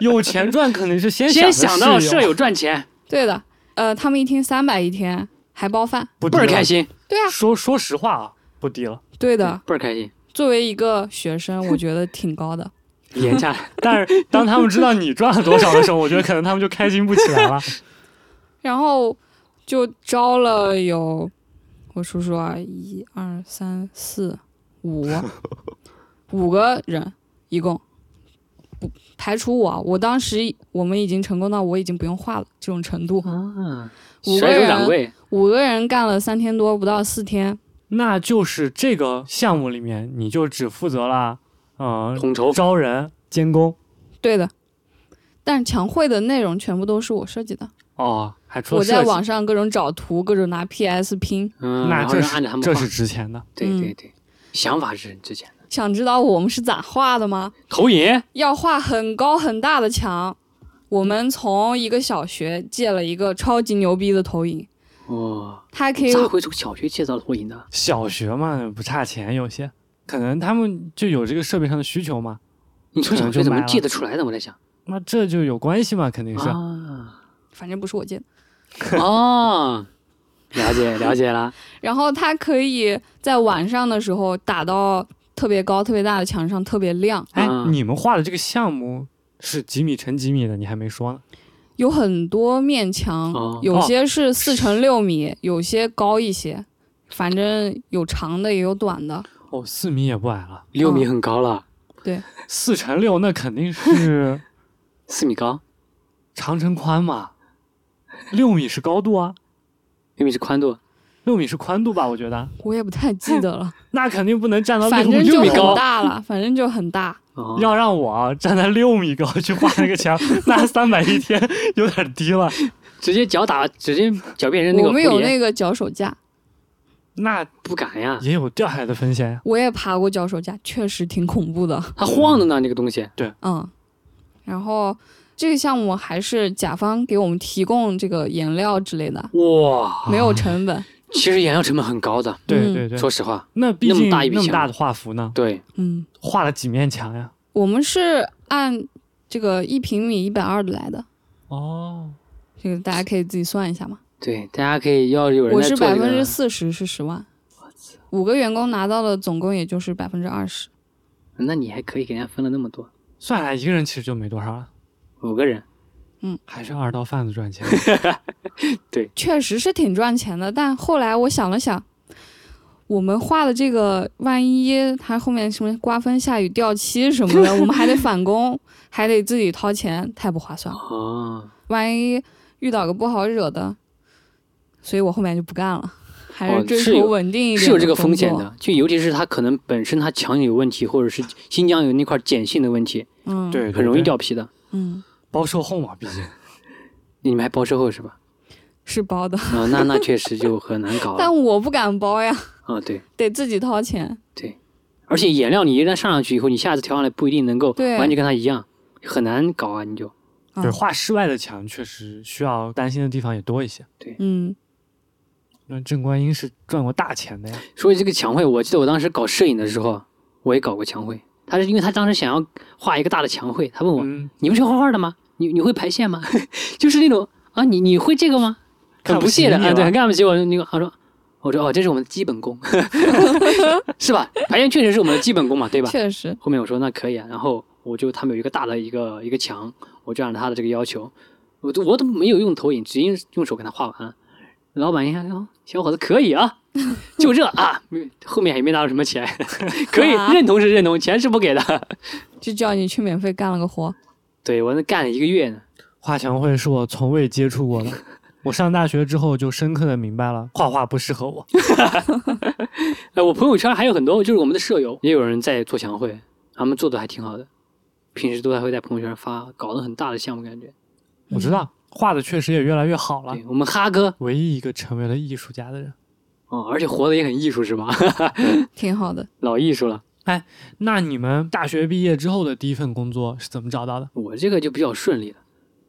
有钱赚肯定是先先想想着到室舍友，友赚钱，对的，呃，他们一听三百一天，还包饭。不低倍了儿开。心，对啊，说说实话啊，不低了。对的。倍儿开心，作为一个学生，我觉得挺高的。廉 [LAUGHS] 价。但是当他们知道你赚了多少的时候，我觉得可能他们就开心不起来了。然后就招了有，我数数啊，一二三四五，五个人一共，不排除我啊，我当时我们已经成功到我已经不用画了这种程嗯度，啊，五甩个手人掌柜，五个人干了三天多，不到四天， [LAUGHS] 那就是这个项目里面，你就只负责了，嗯、统筹招人、监工。对的。但墙绘的内容全部都是我设计的，哦，还出我了在设计，网上各种找图，各种拿 PS 拼。嗯，那然后这让是按照他们这画是值钱的。对嗯对对，想法是之前的想知道我们是咋画的吗？投影，要画很高很大的墙。我们从一个小学借了一个超级牛逼的投影，哦，它可以咋会从小学借到投影的？小学嘛，不差钱，有些可能他们就有这个设备上的需求嘛。你从小学怎么可能就买了借得出来的？我在想那这就有关系嘛，肯定是。啊，反正不是我借的。哦，[LAUGHS] 了解了解了，然后它可以在晚上的时候打到特别高、特别大的墙上，特别亮，哎、嗯你们画的这个项目是几米乘几米的？你还没说呢。有很多面墙，哦有些是四乘六米，有些高一些，反正有长的也有短的。哦，四米也不矮了，六嗯米很高了，四乘六那肯定 [LAUGHS] 是四米高，长乘宽嘛，六米是高度啊，六米是宽度，六米是宽度吧？我觉得我也不太记得 [LAUGHS] 了，那肯定不能站到反六正就六米很高。大了，反正就很大。哦，要让我站在六米高去画那个墙，那三百一天 [LAUGHS] 有点低了。直接脚打，直接脚变成那个我们有蝴蝶那个脚手架，那不敢呀，也有掉下来的风险呀。我也爬过脚手架，确实挺恐怖的。它晃的呢，那个东西。嗯，然后这个项目还是甲方给我们提供这个颜料之类的，哇，没有成本。其实颜料成本很高的，对嗯对对，说实话，那毕那竟么大一笔那么墙大的画幅呢，对，嗯，画了几面墙呀？我们是按这个一平米一百二来的，哦，这个大家可以自己算一下嘛。对，大家可以要有人我在是做百这分之个，四十是十万，五个员工拿到的总共也就是百分之二十。那你还可以给人家分了那么多，算下来一个人其实就没多少了，五个人，还是二道贩子 [LAUGHS] 赚钱。确实是挺赚钱的，但后来我想了想，我们画的这个，万一它后面什么刮风下雨掉漆什么的，我们还得返工，还得自己掏钱，太不划算了。哦，万一遇到个不好惹的，所以我后面就不干了，还哦是追是有求稳定一点、是有这个风险，的，就尤其是他可能本身他墙有问题，或者是新疆有那块碱性的问题，嗯，，对，很容易对掉皮的。嗯，包售后嘛，毕竟你们还包售后是吧？是包的，啊、那那确实就很难搞了。 [LAUGHS] 但我不敢包呀，啊、对，得自己掏钱。而且颜料你一旦上上去以后，你下次调上来不一定能够对完全跟它一样，很难搞啊！你就啊对画室外的墙确实需要担心的地方也多一些。嗯，那郑观音是赚过大钱的呀，说起这个墙绘，我记得我当时搞摄影的时候，我也搞过墙绘。他是因为他当时想要画一个大的墙绘，他问我：“嗯，你不是画画的吗？你你会排线吗？” [LAUGHS] 就是那种啊，你你会这个吗？看很不不起屑的你啊，了对，很看不起我。那个他说，我说哦，这是我们的基本功， [LAUGHS] 是吧？排线确实是我们的基本功嘛，对吧？确实，后面我说那可以啊，然后我就他们有一个大的一个一个墙，我就按照他的这个要求，我都我都没有用投影，直接用手给他画完。老板一看，哦，小伙子可以啊，就这啊，没后面也没拿到什么钱， [LAUGHS] 可以啊认同是认同，钱是不给的。 [LAUGHS] 就叫你去免费干了个活。对我那干了一个月呢，画墙绘是我从未接触 [LAUGHS] 过的。我上大学之后就深刻的明白了，画画不适合我。嗯哎，我朋友圈还有很多，就是我们的舍友也有人在做墙绘，他们做的还挺好的，平时都还会在朋友圈发，搞得很大的项目感觉。我知道画的确实也越来越好了对。我们哈哥唯一一个成为了艺术家的人，哦，而且活得也很艺术是吧？挺好的。 [LAUGHS] 老艺术了。那你们大学毕业之后的第一份工作是怎么找到的？我这个就比较顺利了。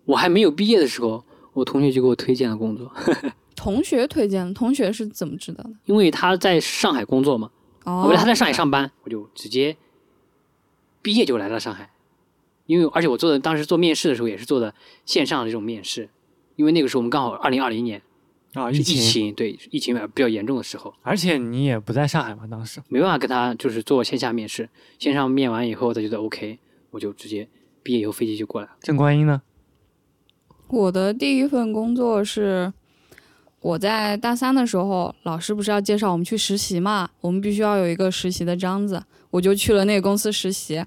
我还没有毕业的时候，我同学就给我推荐了工作， [LAUGHS] 同学推荐的，同学是怎么知道的？因为他在上海工作嘛，我哦不是他在上海上班，我就直接毕业就来到上海。因为而且我做的当时做面试的时候也是做的线上的这种面试，因为那个时候我们刚好二零二零年啊，是疫疫情，对疫情比较严重的时候，而且你也不在上海嘛，当时没办法跟他就是做线下面试，线上面完以后他觉得 OK，我就直接毕业以后飞机就过来了。郑观音呢？我的第一份工作是我在大三的时候，老师不是要介绍我们去实习嘛，我们必须要有一个实习的章子，我就去了那个公司实习。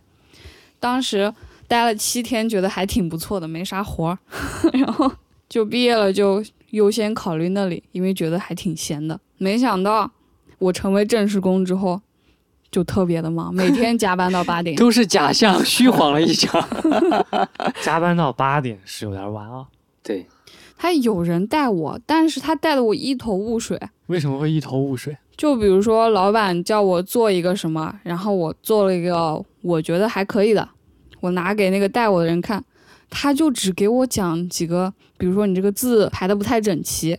当时待了七天，觉得还挺不错的，没啥活儿， [LAUGHS] 然后就毕业了，就优先考虑那里，因为觉得还挺闲的。没想到我成为正式工之后，就特别的忙，每天加班到八 [LAUGHS] 点。都是假象，虚晃了一下。加班到八点是有点晚啊， [LAUGHS] 对，他有人带我，但是他带的我一头雾水。为什么会一头雾水？就比如说，老板叫我做一个什么，然后我做了一个我觉得还可以的，我拿给那个带我的人看，他就只给我讲几个，比如说你这个字排的不太整齐，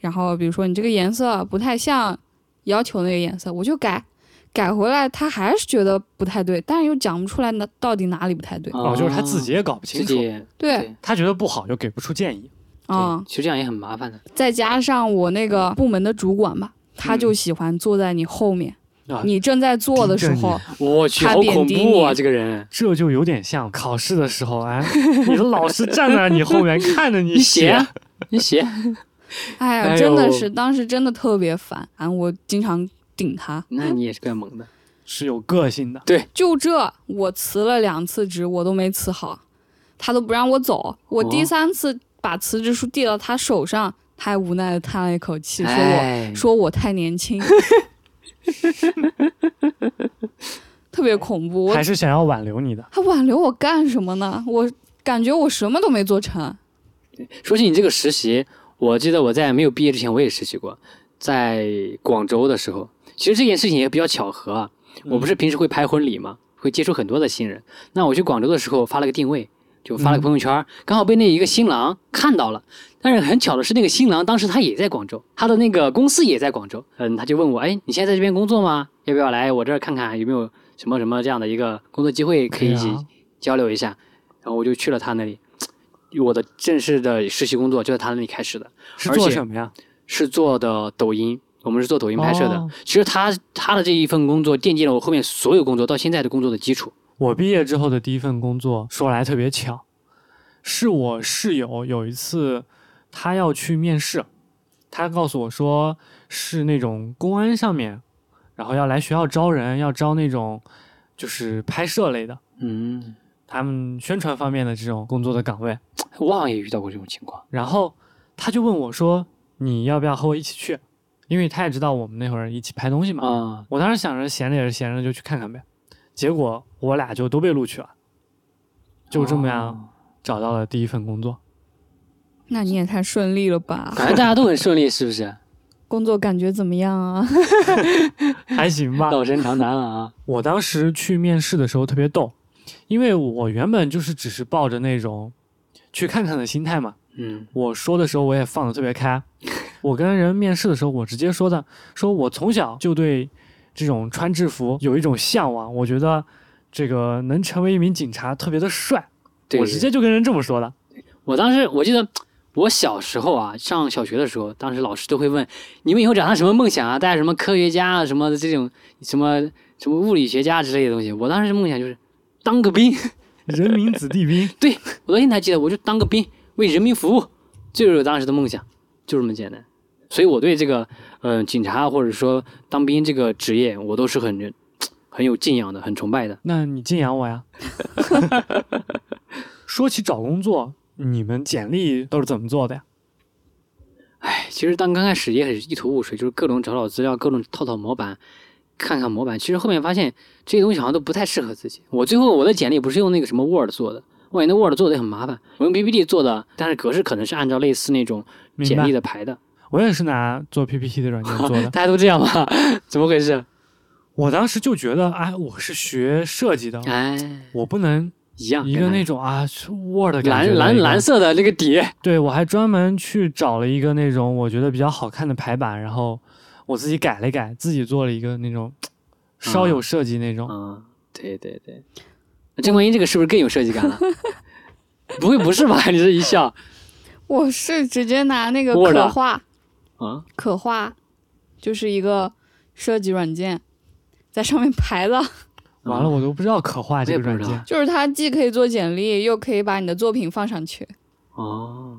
然后比如说你这个颜色不太像要求那个颜色，我就改，改回来他还是觉得不太对，但是又讲不出来那到底哪里不太对。哦，就是他自己也搞不啊哦自清楚己，也对，他觉得不好又给不出建议。啊、对其实这样也很麻烦的。再加上我那个部门的主管吧，他就喜欢坐在你后面，嗯啊你正在做的时盯着候你，我去，他好贬恐低怖啊！你这个人，这就有点像考试的时候，哎， [LAUGHS] 你的老师站在你后面看着你你写写，啊， [LAUGHS] 你写，哎哎呀，呦真的是，当时真的特别烦，啊，我经常顶他。那你也是怪萌的。是有个性的。就这，我辞了两次职，我都没辞好，他都不让我走。我哦第三次把辞职书递到他手上，他还无奈的叹了一口气，说我哎，说我太年 [LAUGHS] 轻，特别恐怖。我还是想要挽留你的，他挽留我干什么呢？我感觉我什么都没做成。说起你这个实习，我记得我在没有毕业之前我也实习过，在广州的时候。其实这件事情也比较巧合啊，我不是平时会拍婚礼嘛，会接触很多的新人。那我去广州的时候发了个定位，就发了个朋友圈，刚好被那一个新郎看到了。但是很巧的是，那个新郎当时他也在广州，他的那个公司也在广州。嗯，他就问我，哎，你现在在这边工作吗？要不要来我这儿看看有没有什么什么这样的一个工作机会可以一对起啊交流一下？然后我就去了他那里，我的正式的实习工作就在他那里开始的。是而做且什么呀？是做的抖音，我们是做抖音拍摄的。哦其实他他的这一份工作奠定了我后面所有工作到现在的工作的基础。我毕业之后的第一份工作，说来特别巧，是我室友有一次他要去面试，他告诉我说是那种公安上面然后要来学校招人，要招那种就是拍摄类的，嗯，他们宣传方面的这种工作的岗位。我好像也遇到过这种情况。然后他就问我说：“你要不要和我一起去？”因为他也知道我们那会儿一起拍东西嘛。啊、我当时想着闲着也是闲着，就去看看呗。结果我俩就都被录取了，就这么样哦找到了第一份工作。那你也太顺利了吧？感觉大家都很顺利，是不是？工作感觉怎么样啊？ [LAUGHS] 还行 [LAUGHS] 吧。老生常谈了啊。我当时去面试的时候特别逗，因为我原本就是只是抱着那种去看看的心态嘛。嗯，我说的时候我也放的特别开，我跟人面试的时候我直接说的，说我从小就对这种穿制服有一种向往，我觉得这个能成为一名警察特别的帅，对，我直接就跟人这么说的。我当时我记得我小时候啊，上小学的时候，当时老师都会问你们以后长大什么梦想啊，大家什么科学家啊，什么这种什么什么物理学家之类的东西。我当时梦想就是当个兵， [LAUGHS] 人民子弟兵，我到现在还记得，我就当个兵，为人民服务，这就是我当时的梦想，就这么简单。所以我对这个呃警察或者说当兵这个职业，我都是很很有敬仰的，很崇拜的。那你敬仰我呀。说起找工作，你们简历都是怎么做的呀？唉，其实当刚开始也很一头雾水，就是各种找找资料，各种套套模板，看看模板。其实后面发现这些东西好像都不太适合自己。我最后我的简历不是用那个什么 Word 做的，我感觉那 Word 做的也很麻烦。我用 PPT 做的，但是格式可能是按照类似那种明白简历的排的。我也是拿做 PPT 的软件 [LAUGHS] 做的。大家都这样吗？怎么回事？我当时就觉得，哎，我是学设计的，哎，我不能一样，一个那种啊是 Word 感觉蓝的蓝一个蓝。色的那个底，对，我还专门去找了一个那种我觉得比较好看的排版，然后我自己改了改，自己做了一个那种稍啊有设计那种。嗯，对对对。那郑观音这个是不是更有设计感了？ [LAUGHS] 不会不是吧？你这一笑我是直接拿那个 Word 啊可画，啊，可画就是一个设计软件，在上面排 [LAUGHS] 的，完了，我都不知道可画啊我这也个不软知道件。就是它既可以做简历，又可以把你的作品放上去，哦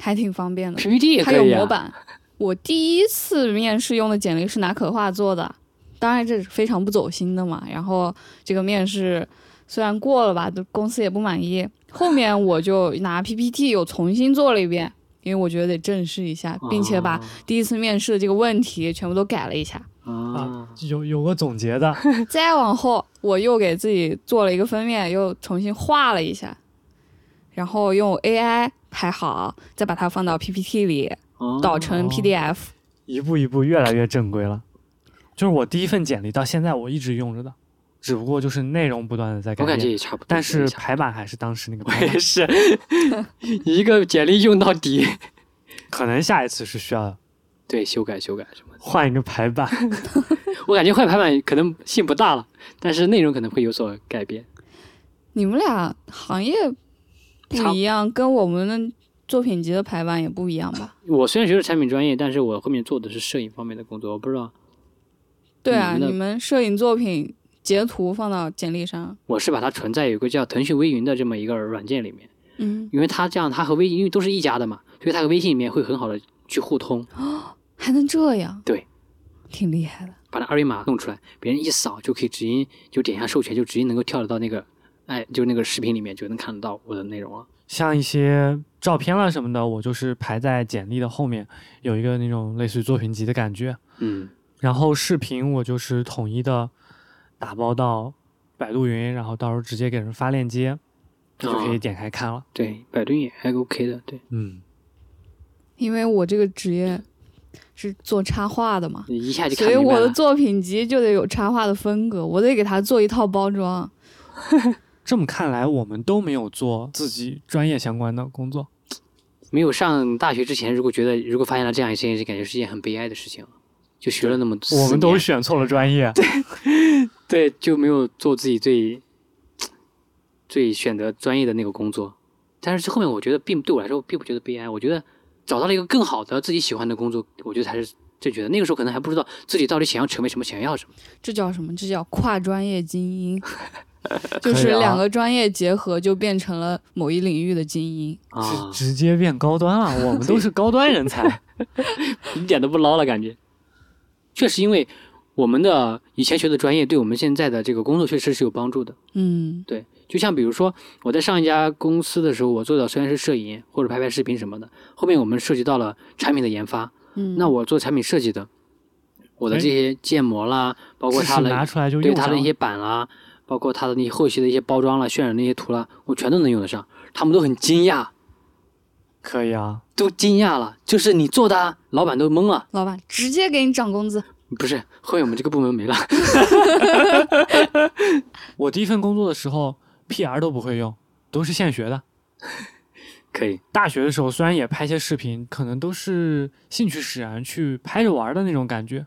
还挺方便的。 ，PPT 也它可有以模啊。板。我第一次面试用的简历是拿可画做的，当然这是非常不走心的嘛。然后这个面试虽然过了吧，都公司也不满意。后面我就拿 PPT 又重新做了一遍，因为我觉得得正视一下，并且把第一次面试的这个问题全部都改了一下。啊，有有个总结的，再往后，我又给自己做了一个封面，又重新画了一下，然后用 AI 排好，再把它放到 PPT 里哦导成哦 PDF。一步一步越来越正规了。就是我第一份简历到现在我一直用着的，只不过就是内容不断的在改我感觉变，也差不多。但是也 [LAUGHS] 差排版还是当时 [LAUGHS] 那个不排多我版也。是，一个简历用到底，可能下一次是需要对，修改修改什么的。换一个排版。 [LAUGHS] 我感觉坏排版可能性不大了，但是内容可能会有所改变。你们俩行业不差一样，跟我们的作品集的排版也不一样 [LAUGHS] 吧？我虽然学的是产品专业，但是我后面做的是摄影方面的工作，我不知道对啊，你们的你们摄影作品截图放到简历上，我是把它存在有一个叫腾讯微云的这么一个软件里面。嗯，因为它这样，它和微因为都是一家的嘛，所以它和微信里面会很好的去互通，还能这样？对，挺厉害的。把那二维码弄出来，别人一扫就可以直接就点一下授权，就直接能够跳得到那个，哎，就那个视频里面就能看得到我的内容了。像一些照片啦什么的，我就是排在简历的后面，有一个那种类似于作品集的感觉。嗯，然后视频我就是统一的打包到百度云，然后到时候直接给人发链接，就可以啊点开看了。对，百度也还 OK 的，对，嗯，因为我这个职业是做插画的嘛，你一下就看所以明白我的了作品集就得有插画的风格，我得给它做一套包装。这么看来，我们都没有做自己专业相关的工作。没有上大学之前，如果觉得如果发现了这样一件事，感觉是一件很悲哀的事情，就学了那么四我们都年选错了专业。对，对，就没有做自己最最选择专业的那个工作。但是后面我觉得并对我来说并不觉得悲哀，我觉得找到了一个更好的自己喜欢的工作，我觉得才是正确的。那个时候可能还不知道自己到底想要成为什么，想要什么。这叫什么？这叫跨专业精 [LAUGHS] 英，就可以是啊两个专业结合，就变成了某一领域的精英。啊，直接变高端 [LAUGHS] 了。我 [LAUGHS] 们都是高端人才。一点都不捞了，感觉。确实，因为我们的以前学的专业对我们现在的这个工作确实是有帮助的。嗯对，就像比如说我在上一家公司的时候，我做的虽然是摄影或者拍拍视频什么的，后面我们涉及到了产品的研发，嗯，那我做产品设计的，我的哎这些建模啦，包括知它识的拿出来就对用它上的了一些版啦，包括它的那些后期的一些包装啦、渲染那些图啦，我全都能用得上。他们都很惊讶，可以啊，都惊讶了，就是你做的啊，老板都懵了。老板直接给你涨工资，不是，后面我们这个部门没了。 [LAUGHS] 我第一份工作的时候，PR 都不会用，都是现学的。可以，大学的时候虽然也拍些视频，可能都是兴趣使然去拍着玩儿的那种感觉。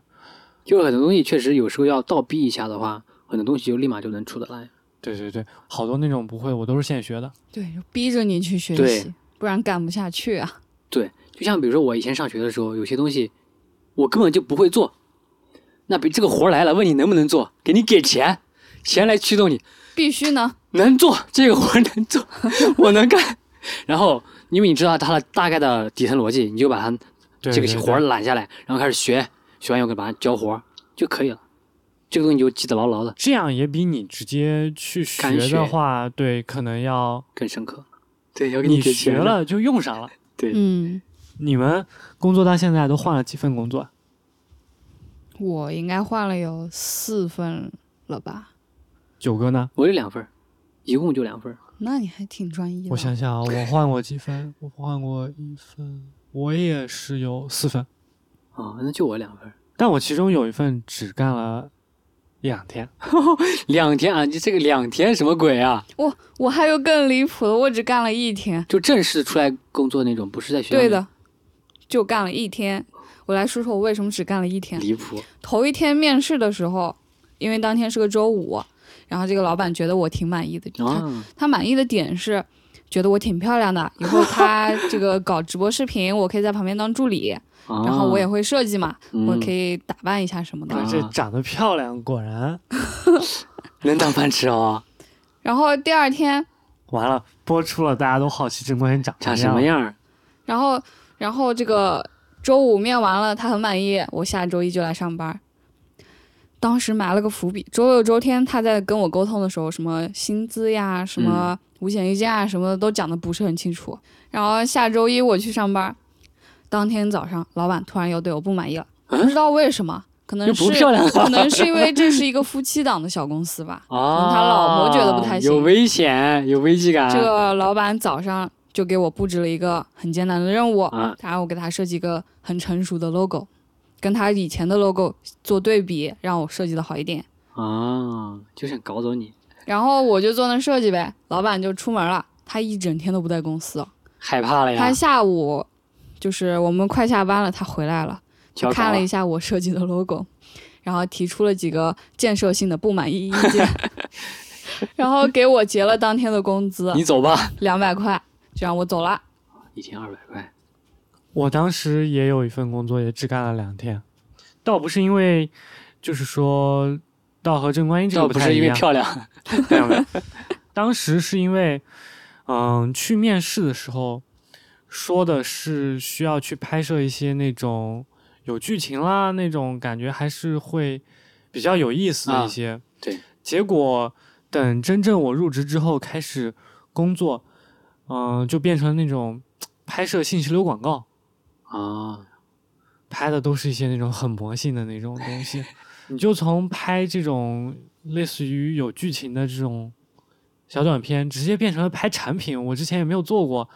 就是很多东西确实有时候要倒逼一下的话，很多东西就立马就能出得来。对对对，好多那种不会，我都是现学的。对，就逼着你去学习对，不然干不下去啊。对，就像比如说我以前上学的时候，有些东西我根本就不会做，那比这个活儿来了，问你能不能做，给你给钱，钱来驱动你，必须呢，能做这个活儿能做，我能干。然后因为你知道它的大概的底层逻辑，你就把它对这对个活儿对揽下来，然后开始学，学完以后给把它交活儿就可以了。这个东西就记得牢牢的，这样也比你直接去学干的学话，对，可能要更深刻。对，要给你给学钱的。了就用上了。对嗯，你们工作到现在都换了几份工作？啊我应该换了有四份了吧？九哥呢？我有两份儿，一共就两份儿。那你还挺专一的。哦我想想啊，我换过几分？我换过一分，我也是有四分，哦，那就我两份儿，但我其中有一份只干了两天。两天啊！你这个两天什么鬼啊？我我还有更离谱的，我只干了一天。就正式出来工作那种，不是在学校。对，的，就干了一天。我来说说我为什么只干了一天。离谱。头一天面试的时候，因为当天是个周五，然后这个老板觉得我挺满意的，他啊，他满意的点是觉得我挺漂 [LAUGHS] 亮的，以后他这个搞直播视频，我可以在旁边当助理，然然后我也会设计嘛，我可以以打扮一下什么的。啊这长得漂亮，果然能当饭吃哦。然后第二天，完了，播出了，大家都好奇这东西长长什么样。样儿？然后然后这个周五面完了，他很满意，我下周一就来上班。当时埋了个伏笔，周六周天他在跟我沟通的时候，什么薪资呀、什嗯么五险一金啊、什么的都讲的不是很清楚。然后下周一我去上班，当天早上老板突然又对我不满意了，不知道为什么，可能啊又是不漂亮可了。能是因为这是一个夫妻档的小公司吧。啊，嗯他老婆觉得不太行有危险，有危机感。这个老板早上就给我布置了一个很艰难的任务，啊然后我给他设计一个很成熟的 logo，跟他以前的 logo 做对比，让我设计的好一点。啊，就想搞走你，然后我就做那设计呗，老板就出门了，他一整天都不在公司，害怕哎了呀他。下午就是我们快下班了，他回来了，他交稿看了一啊下我设计的 logo，然后提出了几个建设性的不满意意 [LAUGHS] 见，然后给我结了当天的工资你走吧，两百块，就让我走了。一天二百块。我当时也有一份工作，也只干了两天，倒不是因为，就是说，道和郑观音这倒个不太是因一为样漂亮，没有没有， [LAUGHS] 当时是因为，嗯，去面试的时候说的是需要去拍摄一些那种有剧情啦，那种感觉还是会比较有意思的一啊些。对。结果等真正我入职之后开始工作，嗯，就变成那种拍摄信息流广告，啊，拍的都是一些那种很魔性的那种 [LAUGHS] 东西。嗯你就从拍这种类似于有剧情的这种小短片，直接变成了拍产品，我之前也没有做过，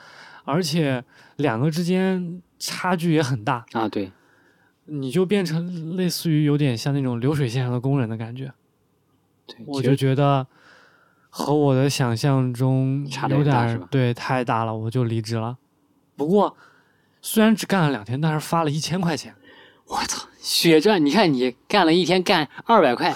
而且两个之间差距也很大，啊，对，你就变成类似于有点像那种流水线上的工人的感觉，对，我其就实觉得和我的想象中差得有很点大儿是吧对太大了，我就离职了。不过虽然只干了两天，但是发了一千块钱。我操，血赚！你看你干了一天干二百块，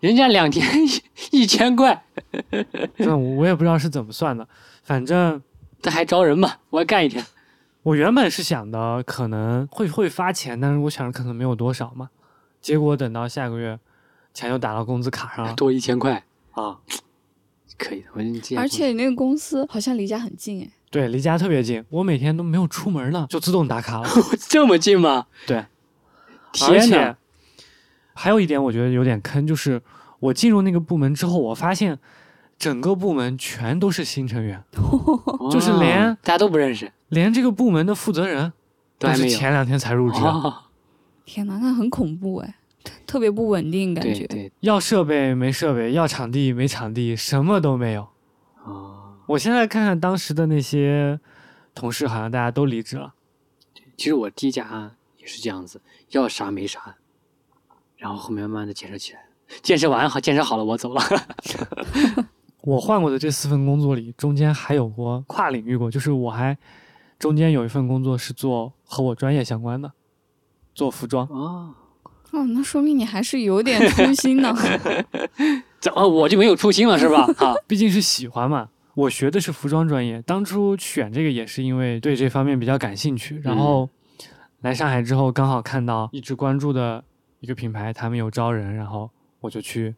人家两天 [LAUGHS] 一千块， [LAUGHS] 那我我也不知道是怎么算的，反正这还招人吗？我要干一天。我原本是想的可能会会发钱，但是我想着可能没有多少嘛。结果等到下个月，钱就打到工资卡上了多一千块，啊！可以的。我觉得你这样而且你那个公司好像离家很近哎，对，离家特别近，我每天都没有 [LAUGHS] 出门呢，就自动打卡了。这么近吗？对，而天且哪！还有一点，我觉得有点坑，就是我进入那个部门之后，我发现整个部门全都是新成员，就是哦连大家都不认识，连这个部门的负责人都都还是没有。前两天才入职的，哦，天哪，那很恐怖哎，特别不稳定感对觉。对，要设备没设备，要场地没场地，什么都没有。哦，我现在看看当时的那些同事，好像大家都离职了。其实我第一家也是这样子，要啥没啥，然后后面慢慢的建设起来，建设完好，建设好了我走了。我换过的这四份工作里，中间还有过跨领域过，就是我还中间有一份工作是做和我专业相关的，做服装。 [LAUGHS] 哦，哦，那说明你还是有点初心 [LAUGHS] 呢。怎么我就没有初心了是 [LAUGHS] 吧？啊，毕竟是喜欢嘛。我学的是服装专业，当初选这个也是因为对这方面比较感兴趣。然后来上海之后，刚好看到一直关注的一个品牌，他们有招人，然后我就去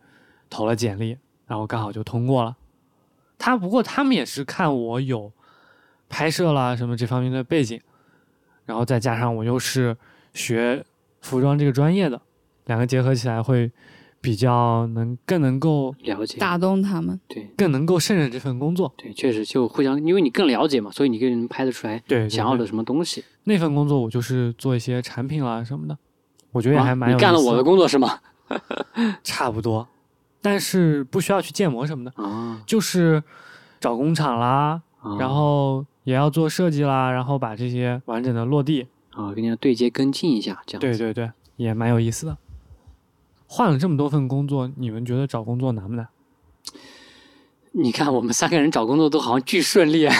投了简历，然后刚好就通过了。他不过他们也是看我有拍摄啦什么这方面的背景，然后再加上我又是学服装这个专业的，两个结合起来会比较能更能够了解，打动他们，对更能够胜任这份工作。对，确实就互相，因为你更了解嘛，所以你更能拍得出来对，对想要对的什么东西。那份工作，我就是做一些产品啦什么的，我觉得也啊还蛮有、你干了我的，工作是吗？差不多，但是不需要去建模什么的，啊，就是找工厂啦，啊嗯然后也要做设计啦，然后把这些完整的落地。啊，跟人家对接跟进一下，这样对子对对，也蛮有意思的。换了这么多份工作，你们觉得找工作难不难？你看我们三个人找工作都好像巨顺利，啊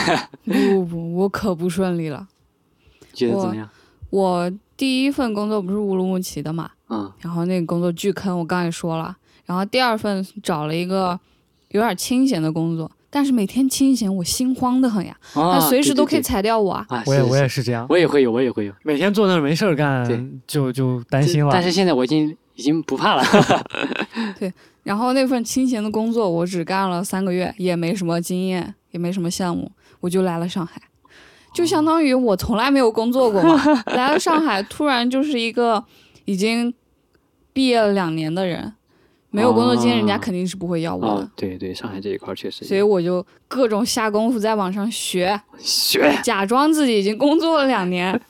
不不不，我可不顺利了。 [LAUGHS] 觉得怎么样？我第一份工作不是乌鲁木齐的嘛，嗯，然后那个工作巨坑，我刚才说了。然后第二份找了一个有点清闲的工作，但是每天清闲我心慌得很呀，啊他随时都可以对裁掉我啊。对对啊，我也是我是也是这样，我也会有，我也会有。每天坐那儿没事儿对干，就就担心了。但是现在我已经已经不 [LAUGHS] 怕了。然后那份清闲的工作我只干了三个月，也没什么经验，也没什么项目，我就来了上海，就哦相当于我从来没有工作过 [LAUGHS] 嘛。来了上海，突然就是一个已经毕业了两年的人，没有工作经验，人家哦肯定是不会要我哦的，，对对，上海这一块儿确实所以我就各种下功夫在网上学，学，假装自己已经工作了两年，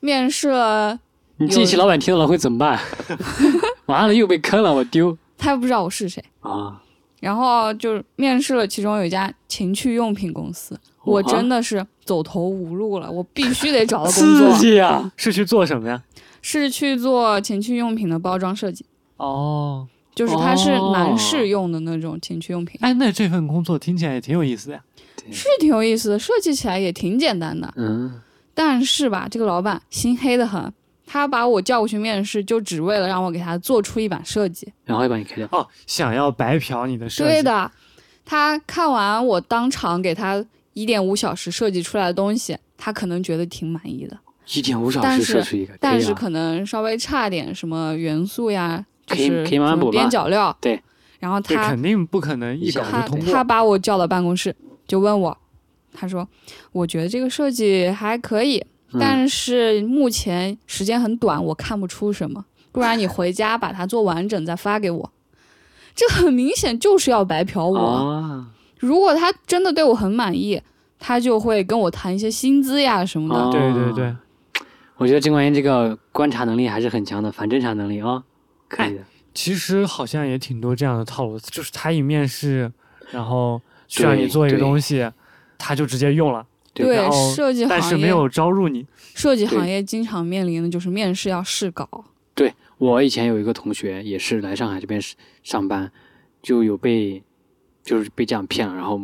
面试了，你这期有老板听到了会怎 [LAUGHS] 么办？完了又被坑了，我丢他也不知道我是谁。啊！然后就是面试了，其中有一家情趣用品公司，我真的是走投无路了，我必须得找到工啊 [LAUGHS] 刺作，激啊！是去做什么呀？是去做情趣用品的包装设计，哦，就是它是男哦士用的那种情趣用品，哎，那这份工作听起来也挺有意思的呀。是挺有意思的，设计起来也挺简单的。嗯，但是吧，这个老板心黑的很，他把我叫过去面试，就只为了让我给他做出一版设计。然后又把你开掉。哦，想要白嫖你的设计，对的，他看完我当场给他一点五小时设计出来的东西，他可能觉得挺满意的。一点五小但时是射出一个，但可以是啊可能稍微差点什么元素呀，就可以是可以慢慢什么补吧边角料。对，然后这他肯定不可能一搞他就通他过。把我叫到办公室，就问我，他说：“我觉得这个设计还可以，嗯但是目前时间很短，我看不出什么。不然你回家把它做完整再发给我。”这很明显就是要白嫖我。啊如果他真的对我很满意，他就会跟我谈一些薪资呀什么的。啊对对对，我觉得郑观音这个观察能力还是很强的，反侦查能力啊、可哎以的。其实好像也挺多这样的套路，就是他一面试，然后需要你对做一个对东西，他就直接用了，对对然后设计但是行没业，有招入你。设计对行业经常面临的就是面试要试稿，我以前有一个同学也是来上海这边是上班，就有被就是被这样骗了，然后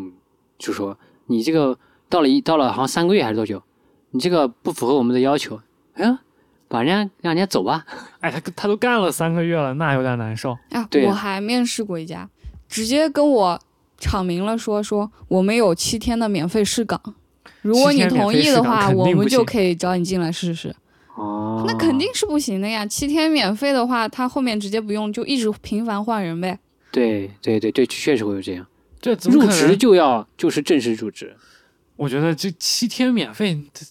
就说你这个到了一到了好像三个月还是多久，你这个不符合我们的要求，哎呀，把人家让人家走吧。哎，他他都干了三个月了，那有点难受。啊，对我啊还面试过一家，直接跟我阐明了说说我们有七天的免费试岗，如果七你天免同费意试的岗话，肯我定们不就行可以找你进来试试。哦，那肯定是不行的呀，七天免费的话，他后面直接不用，就一直频繁换人呗。对对对对，确实会有这样，这怎么入可职能？就要就是正式入职，我觉得这七天免费这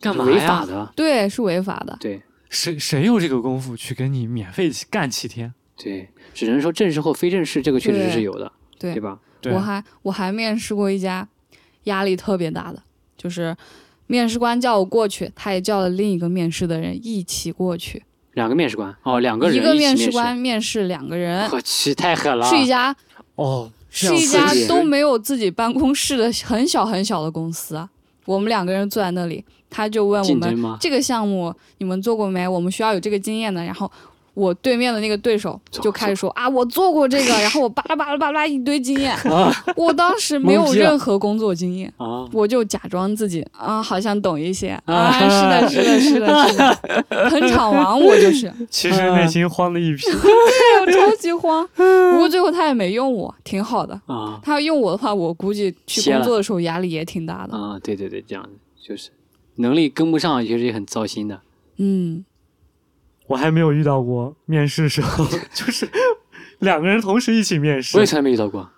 干嘛违法呀？的。对，是违法的。对，谁谁有这个功夫去给你免费干七天？对，只能说正式或非正式，这个确实是有的，对对吧？对我啊，还我还面试过一家压力特别大的，就是面试官叫我过去，他也叫了另一个面试的人一起过去，两个面试官哦，两个人一个起面试官，面试两个人，我去，太狠了！是一家哦，是这样一刺家激都没有自己办公室的很小很小的公司啊。我们两个人坐在那里，他就问我竞们争吗？这个项目你们做过没？我们需要有这个经验的。然后我对面的那个对手做就开始说啊，我做过这个，然后我巴拉巴拉巴拉一堆经验。 [LAUGHS] 啊我当时没有懵逼了任何工作经验，啊，我就假装自己啊，好像懂一些 [LAUGHS] 啊，是的，是的，是的，是的，捧场王我就是，其实内心慌了一批。哎呦， [LAUGHS] [LAUGHS] 超级慌。嗯不过最后他也没用我，挺好的。啊他要用我的话，我估计去歇工了作的时候压力也挺大的。啊，对对对，这样的就是能力跟不上，其实也很糟心的。嗯，我还没有遇到过面试时 [LAUGHS] 候就是两个人同时一起面试我也。从来没遇到过，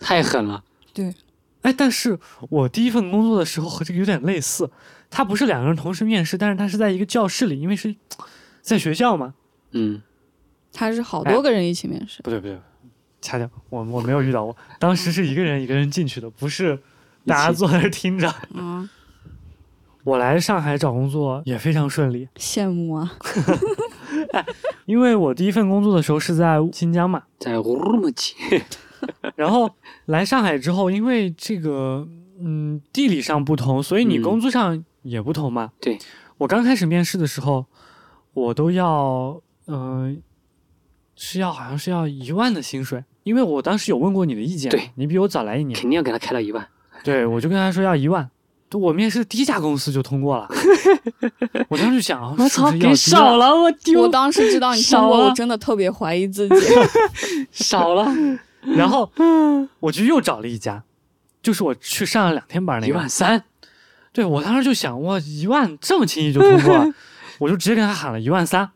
太狠了哎，但是我第一份工作的时候和这个有点类似，他不是两个人同时面试，但是他是在一个教室里，因为是在学校嘛。嗯他是哎好多个人一起面试，不对不对，掐掉，我我没有遇到过，当时是一个人一个人进去的，不是大家一起坐在那儿听着。嗯，我来上海找工作也非常顺利，羡慕啊。因为我第一份工作的时候是在新疆嘛，在乌鲁木齐，然后来上海之后，因为这个嗯地理上不同，所以你嗯工作上也不同嘛。 [LAUGHS] 对，我刚开始面试的时候，我都要嗯、是要好像是要一万的薪水，因为我当时有问过你的意见嘛，对你比我早来一年，肯定要给他开到一万。对我就跟他说要一万。对我面试的第一家公司就通过了，我当时就想， [LAUGHS] 啊我是不操，是要给一万少了，我我丢，当时知 [LAUGHS] 道你通少啊过，了我真的特别怀疑 [LAUGHS] 自己。少了然后嗯我就又找了一家，就是我去上了两天班那一个。万三，对我当时就想，哇，一万这么轻易就通过 [LAUGHS] 了，我就直接跟他喊了一万三，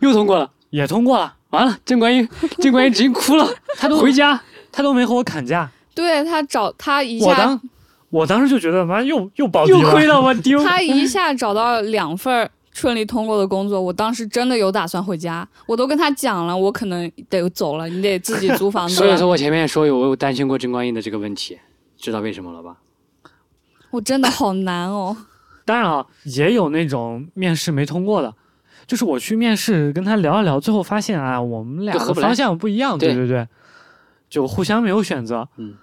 又通过了。也通过了，完了，郑观音，郑观音直接哭了，他都回家。他都没和我砍价。对他找他一我下，当我当时就觉得，妈又又保底又亏了。了，我丢！他一下找到两份儿顺利通过的工作，我当时真的有打算回家，我都跟他讲了，我可能得走了，你得自己租房子所以了。说我前面说有我有担心过郑观音的这个问题，知道为什么了吧？我真的好难哦。当然啊，也有那种面试没通过的，就是我去面试跟他聊一聊，最后发现啊，我们俩就合的不来方向不一样，对对对对，就互相没有选择。嗯，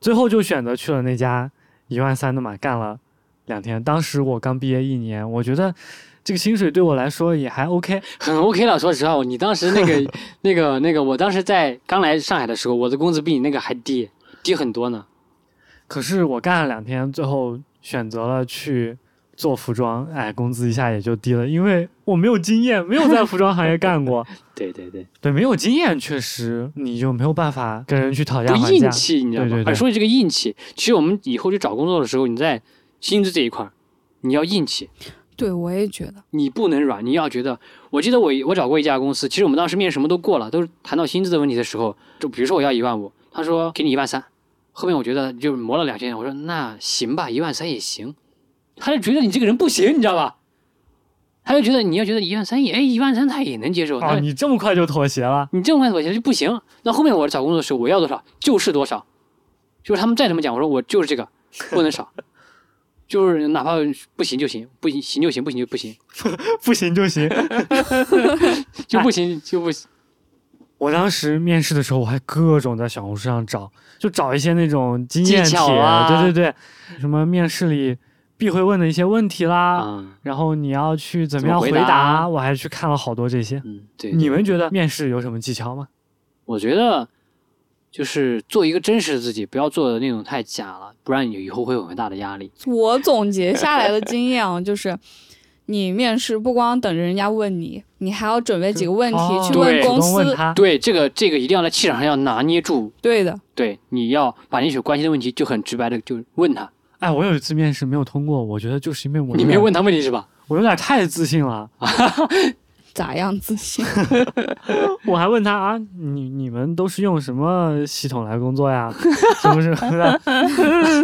最后就选择去了那家一万三的嘛，干了两天。当时我刚毕业一年，我觉得这个薪水对我来说也还 OK。很 OK 了。说实话，你当时那 [LAUGHS] 个、那个、那个，我当时在刚来上海的时候，我的工资比你那个还低，低很多呢。可是我干了两天，最后选择了去做服装，哎，工资一下也就低了，因为我没有经验，没有在服装行业 [LAUGHS] 干过。对对对，对，没有经验，确实你就没有办法跟人去讨价不还价硬。气，你知道吗？对对对哎说起这个硬气，其实我们以后去找工作的时候，你在薪资这一块儿，你要硬气，对，我也觉得，你不能软，你要觉得。我记得我我找过一家公司，其实我们当时面什么都过了，都是谈到薪资的问题的时候，就比如说我要一万五，他说给你一万三，后面我觉得就磨了两天，我说那行吧，一万三也行，他就觉得你这个人不行，你知道吧？他就觉得你要觉得一万三也，哎，一万三他也能接受，哦，但你这么快就妥协了？你这么快妥协就不行。那后面我找工作的时候，我要多少就是多少，就是他们再怎么讲，我说我就是这个，不能少， [LAUGHS] 就是哪怕不行就行，不行行就行，不行就不行，不行就行。就不行就不行。我当时面试的时候，我还各种在小红书上找，就找一些那种经验技帖，巧啊对对对，什么面试里必会问的一些问题啦，啊，然后你要去怎么样怎么回答，答我还去看了好多这些。嗯，对。你对们觉得面试有什么技巧吗？我觉得就是做一个真实的自己，不要做的那种太假了，不然你以后会有很大的压力。我总结下来的经验啊，就是你面试不光等着人家问你，你还要准备几个问题哦去问对公主动问司。他，对，这个这个一定要在气场上要拿捏住。对的，对，你要把你所关心的问题就很直白的就问他。哎，我有一次面试没有通过，我觉得就是因为我你有没点问他问题是吧？我有点太自信了。咋样自信？ [LAUGHS] 我还问他啊，你你们都是用什么系统来工作呀？ [LAUGHS] 是不是？他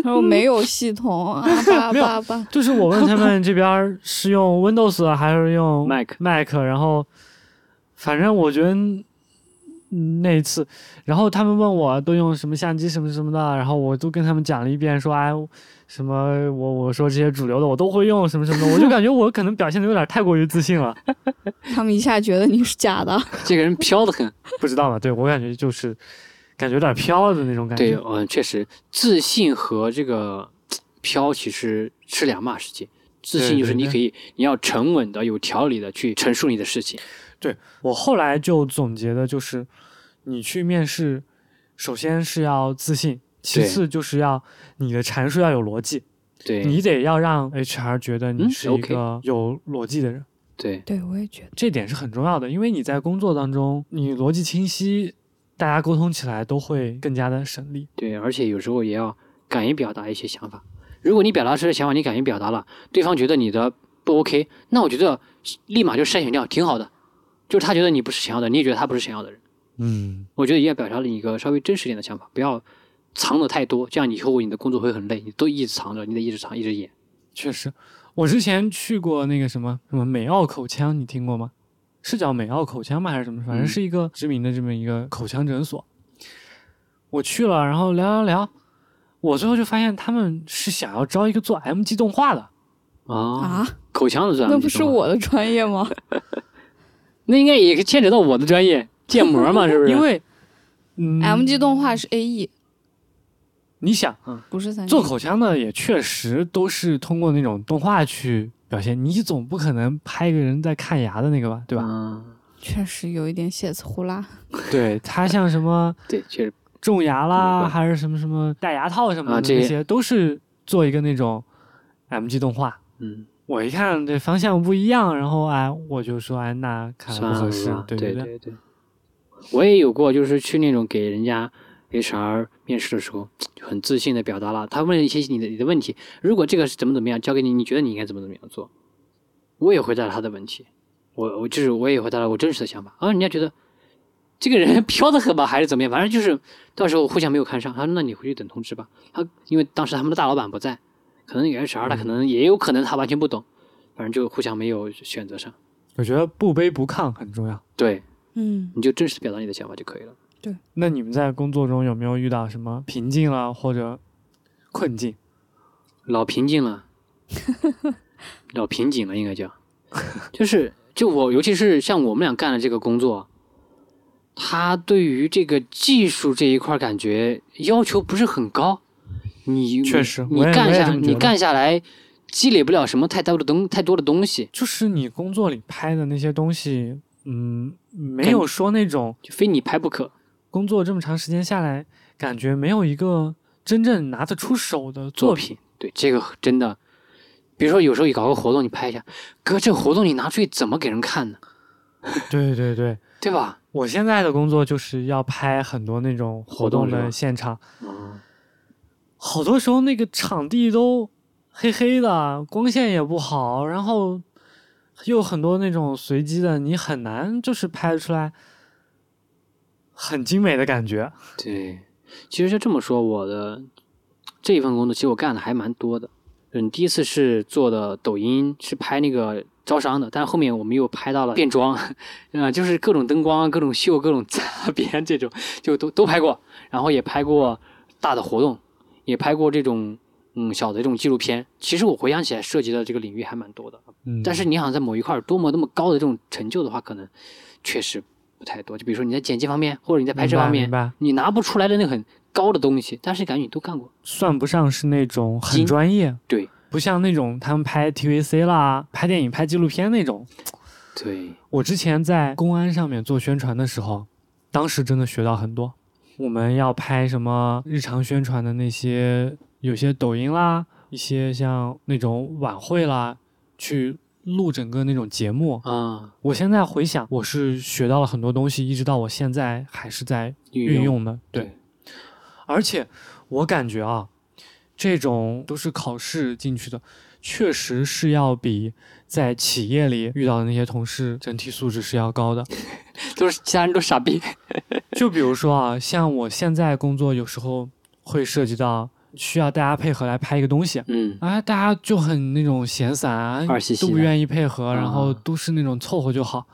说没有系统 [LAUGHS] 啊，叭没有叭叭，就是我问他们这边儿是用 Windows 啊还是用 Mac Mac，然后反正我觉得那一次，然后他们问我都用什么相机什么什么的，然后我都跟他们讲了一遍，说哎什么我我说这些主流的我都会用什么什么的，我就感觉我可能表现的有点太过于自信了，他们一下觉得你是假 [LAUGHS] 的。这个人飘的很。不知道吧？对我感觉就是感觉有点飘的那种感对，觉。嗯，确实，自信和这个嘖飘其实是两码事情。自信对就是对你对可以，你要沉稳的、有条理的去陈述你的事情。我后来就总结的就是，你去面试，首先是要自信，其对次就是要你的阐述要有逻辑，对，你得要让 HR 觉得你嗯是一，OK 个有逻辑的人，对，对，我也觉得。这点是很重要的，因为你在工作当中，你逻辑清晰，大家沟通起来都会更加的省力。对，而且有时候也要敢于表达一些想法。如果你表达出的想法，你敢于表达了，对方觉得你的不 OK，那我觉得立马就筛选掉，挺好的。就是他觉得你不是想要的，你也觉得他不是想要的人。嗯，我觉得也要表达了一个稍微真实点的想法，不要藏的太多，这样以后你的工作会很累，你都一直藏着，你得一直藏，一直演。确实，我之前去过那个什么什么美澳口腔，你听过吗？是叫美澳口腔吗？还是什么？反正嗯是一个知名的这么一个口腔诊所。我去了，然后聊聊聊，我最后就发现他们是想要招一个做 MG 动画的。啊，啊，口腔的专业，那不是，我的专业吗？那应该也牵扯到我的专业，建模嘛，是不是？ [LAUGHS] 因为，嗯 MG 动画是 AE，你想不是三 D 做口腔的也确实都是通过那种动画去表现，你总不可能拍一个人在看牙的那个吧，对吧？嗯，确实有一点血丝呼啦。对他像什么对，确实，种牙明啦，白还是什么什么戴牙套什么的，啊这那些些都是做一个那种 MG 动画。嗯，我一看这方向不一样，然后哎，我就说哎，那看来算不合了适，吧，对对对。对对。我也有过，就是去那种给人家 HR 面试的时候，就很自信的表达了，他问了一些你的你的问题，如果这个是怎么怎么样，交给你，你觉得你应该怎么怎么样做？我也回答了他的问题，我我就是我也回答了我真实的想法，然后人家觉得 [LAUGHS] 这个人飘的很吧，还是怎么样，反正就是到时候互相没有看上，他说那你回去等通知吧。他因为当时他们的大老板不在，可能 HR 他可能也有可能他完全不懂，反正就互相没有选择上。我觉得不卑不亢很重要。对，嗯，你就真实地表达你的想法就可以了。那你们在工作中有没有遇到什么瓶颈了或者困境？老瓶颈了，老瓶颈了，应该叫， [LAUGHS] 就是就我，尤其是像我们俩干的这个工作，他对于这个技术这一块儿感觉要求不是很高。你确实你我也干我也下这么觉你得干下来，积累不了什么太多的东太多的东西，就是你工作里拍的那些东西，嗯，没感有说那种就非你拍不可。工作这么长时间下来，感觉没有一个真正拿得出手的作作品。品。对，这个真的，比如说有时候你搞个活动，你拍一下，哥，这活动你拿出去怎么给人看呢？对对对，对吧？我现在的工作就是要拍很多那种活动活动是吧的现场，嗯，好多时候那个场地都黑黑的，光线也不好，然后又有很多那种随机的，你很难就是拍出来很精美的感觉。对，其实就这么说，我的这一份工作，其实我干的还蛮多的。嗯，第一次是做的抖音，是拍那个招商的，但是后面我们又拍到了变装，啊、就是各种灯光、各种秀、各种擦边这种，就都都拍过。然后也拍过大的活动，也拍过这种嗯小的这种纪录片。其实我回想起来，涉及的这个领域还蛮多的。嗯但是你想在某一块儿多么那么高的这种成就的话，可能确实不太多。就比如说你在剪辑方面，或者你在拍摄明白方面明，白你拿不出来的那个很高的东西，但是感觉你都干过。算不上是那种很精专业，对，不像那种他们拍 TVC 啦、拍电影、拍纪录片那种。对，我之前在公安上面做宣传的时候，当时真的学到很多。我们要拍什么日常宣传的那些，有些抖音啦，一些像那种晚会啦，去录整个那种节目。啊，我现在回想，我是学到了很多东西，一直到我现在还是在运运用用的。对，而且我感觉啊，这种都是考试进去的，确实是要比在企业里遇到的那些同事整体素质是要高的。都是其他人都傻逼。就比如说啊，像我现在工作有时候会涉及到需要大家配合来拍一个东西，嗯，啊，大家就很那种闲散啊二兮兮都不的愿意配合，然后啊都是那种凑合就好。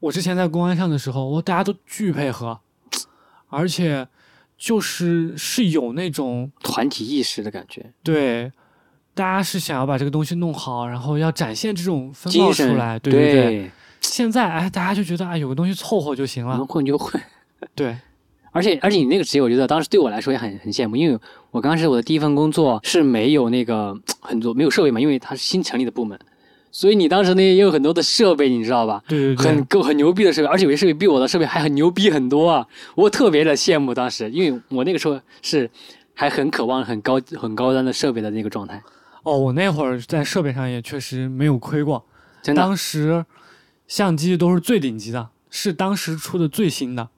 我之前在公安上的时候，我大家都巨配合，而且就是是有那种团体意识的感觉，对，大家是想要把这个东西弄好，然后要展现这种风貌精神出来，对对对。现在哎，大家就觉得啊，有个东西凑合就行了能，混就混。对，而且而且你那个职业，我觉得当时对我来说也很很羡慕，因为我刚开始我的第一份工作是没有那个很多没有设备嘛，因为它是新成立的部门，所以你当时那也有很多的设备，你知道吧？对对对，很够很牛逼的设备，而且有些设备比我的设备还很牛逼很多啊！我特别的羡慕当时，因为我那个时候是还很渴望很高很高端的设备的那个状态，哦，我那会儿在设备上也确实没有亏过，真的当时相机都是最顶级的，是当时出的最新的。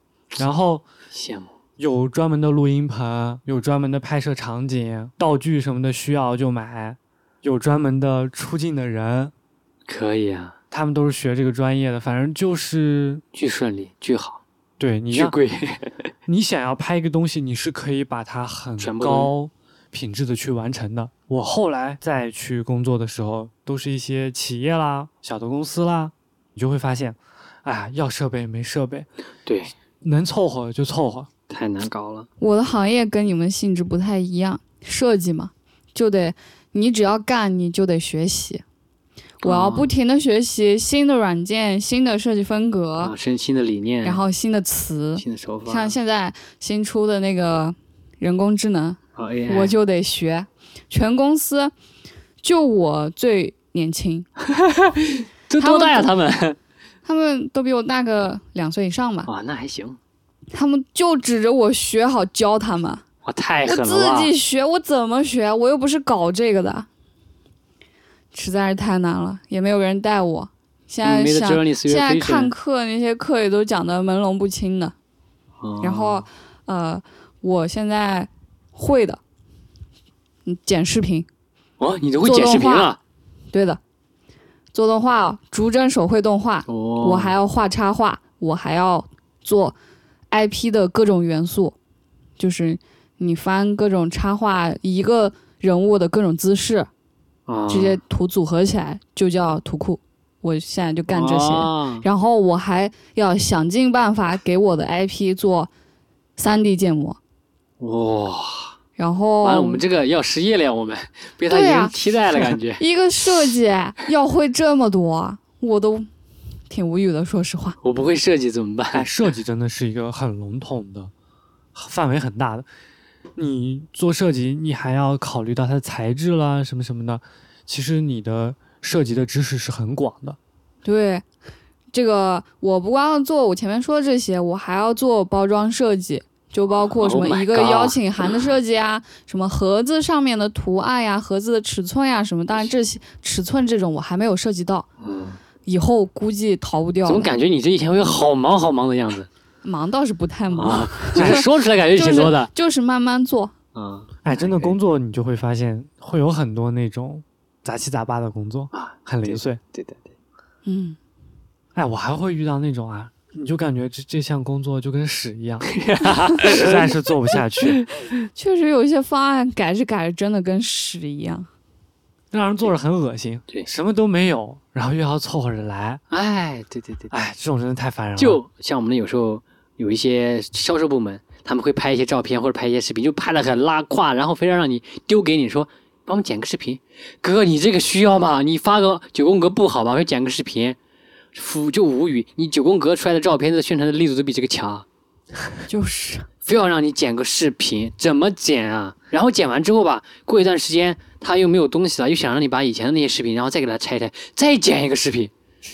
然后羡慕。有专门的录音棚，有专门的拍摄场景，道具什么的需要就买，有专门的出镜的人，可以啊，他们都是学这个专业的。反正就是巨顺利，巨好，对你巨要贵， [LAUGHS] 你想要拍一个东西，你是可以把它很全部都高品质的去完成的。我后来再去工作的时候，都是一些企业啦、小的公司啦，你就会发现，哎，要设备没设备，对，能凑合就凑合。太难搞了。我的行业跟你们性质不太一样，设计嘛，就得你只要干，你就得学习。我要哦不停的学习新的软件、新的设计风格，啊，身心的理念，然后新的词，新的手法，像现在新出的那个人工智能，啊 AI，我就得学。全公司就我最年轻，这他们多大呀？他们 [LAUGHS] 他们都比我大个两岁以上吧，啊，那还行，他们就指着我学好教他们。哇，太我狠自了吧！己学，我怎么学？我又不是搞这个的，实在是太难了，也没有人带我。现在没想，嗯 journey 现在看课那些课也都讲的朦胧不清的。哦然后，呃，我现在会的，嗯，剪视频，哦，你都会做剪视动频画了，对的，做动画，哦逐帧手绘动画，哦，我还要画插画，我还要做 IP 的各种元素，就是你翻各种插画一个人物的各种姿势，啊这些图组合起来就叫图库。我现在就干这些，啊然后我还要想尽办法给我的 IP 做 3D 建模，哇，然后完了，我们这个要失业了呀，我们 [LAUGHS] 被他哦对已呀经替代了，[LAUGHS]。感觉一个设计要会这么多，我都挺无语的，说实话。我不会设计怎么哎，办？设计真的 [LAUGHS] 是一个很笼统的，范围很大的。你做设计，你还要考虑到它的材质啦，什么什么的。其实你的涉及的知识是很广的。对，这个我不光要做我前面说的这些，我还要做包装设计，就包括什 Oh 么 my 一个 God 邀请函的设计啊，什么盒子上面的图案呀、盒子的尺寸呀、什么。当然这些尺寸这种我还没有涉及到，嗯，以后估计逃不掉怎么了。感觉你这一天会好忙好忙的样子忙倒是不太忙，啊？就是说出来感觉挺多的 [LAUGHS] 就是慢慢做。啊哎，真的哎工作你就会发现会有很多那种杂七杂八的工作，啊，很零碎。对对对，嗯，哎，我还会遇到那种啊，你就感觉这这项工作就跟屎一 [LAUGHS] 样，实在是做不下去，确实有一些方案改着改着真的跟屎一样。让人做着很恶心，对什么都没有，然后又要凑合着来，哎，对对对，对哎，这种真的太烦人了。就像我们有时候有一些销售部门，他们会拍一些照片或者拍一些视频，就拍的很拉胯，然后非要让你丢给你说，帮我们剪个视频。哥，你这个需要吗？你发个九宫格不好吧？我说剪个视频，服就无语。你九宫格出来的照片的宣传的力度都比这个强，就是， [LAUGHS] 非要让你剪个视频，怎么剪啊？然后剪完之后吧，过一段时间他又没有东西了，又想让你把以前的那些视频，然后再给他拆一拆，再剪一个视频，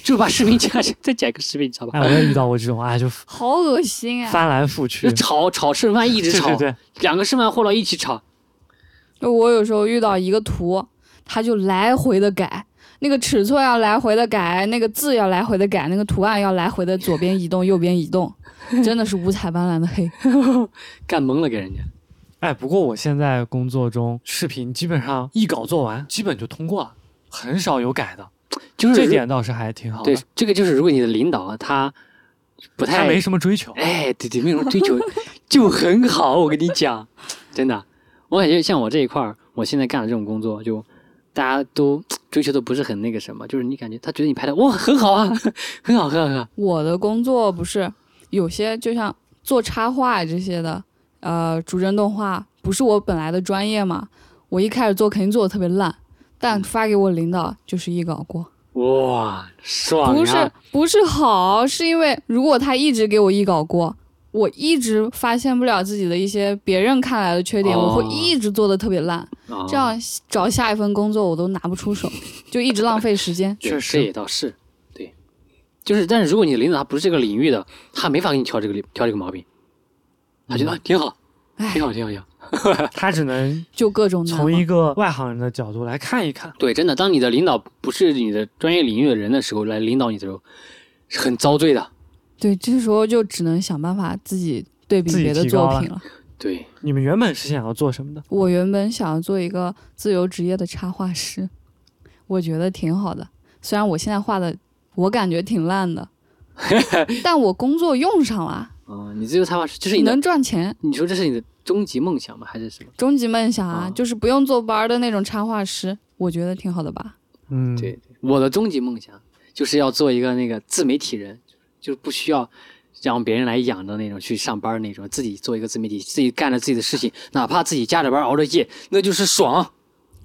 就是把视频 [LAUGHS] 剪下去，再剪一个视频，你知道吧？哎，我也遇到过这种，哎，就好恶心啊！翻来覆去哎就，炒炒剩饭一直对炒，对对，两个吃饭后了一起炒，就我有时候遇到一个图，它就来回的改，那个尺寸要来回的改，那个字要来回的改，那个图案要来回的左边移动右边移动，真的是五彩斑斓的黑。干懵了给人家。哎，不过我现在工作中视频基本上一稿做完，基本就通过了，很少有改的，就是这如点倒是还挺好嗯的对。这个就是如果你的领导啊他不他太没什么追求，哎，对对，没有追 [LAUGHS] 求就很好，我跟你讲，真的，我感觉像我这一块儿，我现在干的这种工作，就大家都追求的不是很那个什么，就是你感觉他觉得你拍的哇很好啊， [LAUGHS] 很好，很好，很好，我的工作不是有些就像做插画这些的，呃，逐帧动画不是我本来的专业嘛，我一开始做肯定做的特别烂，但发给我领导就是一稿过，哇，啊爽不呀是！不是好，是因为如果他一直给我一稿过。我一直发现不了自己的一些别人看来的缺点，我会哦一直做的特别烂，哦啊这样找下一份工作我都拿不出手，就一直浪费时间。对确实这也倒是对，就是但是如果你的领导他不是这个领域的，他没法给你挑这个挑这个毛病，他觉得、啊挺好，嗯唉挺好，挺好，挺好。他只能就各种难从嘛一个外行人的角度来看一看。对，真的，当你的领导不是你的专业领域的人的时候，来领导你的时候，是很遭罪的。对，这时候就只能想办法自己对比自己别的提作高品了。对，你们原本是想要做什么的？我原本想要做一个自由职业的插画师，我觉得挺好的。虽然我现在画的我感觉挺烂 [LAUGHS] 的，但我工作用上了，啊、你自由插画师，这是你的能，赚钱。你说这是你的终极梦想吗？还是什么？终极梦想啊，啊就是不用坐班儿的那种插画师，我觉得挺好的吧。嗯，对，我的终极梦想就是要做一个那个自媒体人，就是不需要让别人来养的那种，去上班那种，自己做一个自媒体，自己干着自己的事情，哪怕自己加着班熬着夜，那就是爽。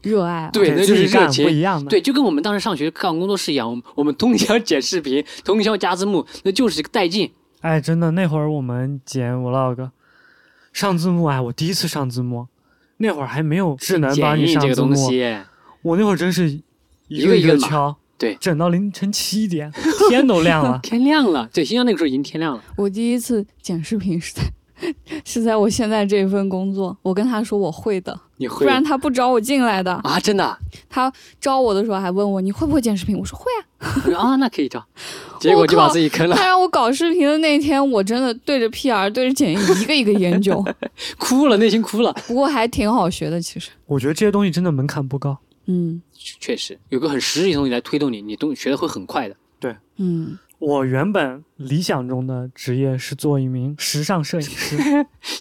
热爱、啊，对，给那自就是己热干不情。一样的。对，就跟我们当时上学干工作室一样，我们我们通宵剪视频，通宵加字幕，那就是带劲。哎，真的，那会儿我们剪 vlog，上字幕哎，我第一次上字幕，那会儿还没有智能帮剪你映上这个字东幕，西，我那会儿真是一一个一一个个码敲，对。整到凌晨七点，天都亮了 [LAUGHS] 天亮了。对，新疆那个时候已经天亮了。我第一次剪视频是在 [LAUGHS] 是在我现在这份工作，我跟他说我会的，你不会然他不招我进来的。啊？真的啊？他招我的时候还问我你会不会剪视频，我说会啊。我说 [LAUGHS] 啊，那可以照。结果就把自己坑了。他让我搞视频的那天，我真的对着 PR 对着剪映一个一个研 [LAUGHS] 究，哭了，内心哭了。不过还挺好学的，其实。我觉得这些东西真的门槛不高。嗯确实，有个很实际的东西来推动你，你东学的会很快的。嗯，我原本理想中的职业是做一名时尚摄影 [LAUGHS] 师，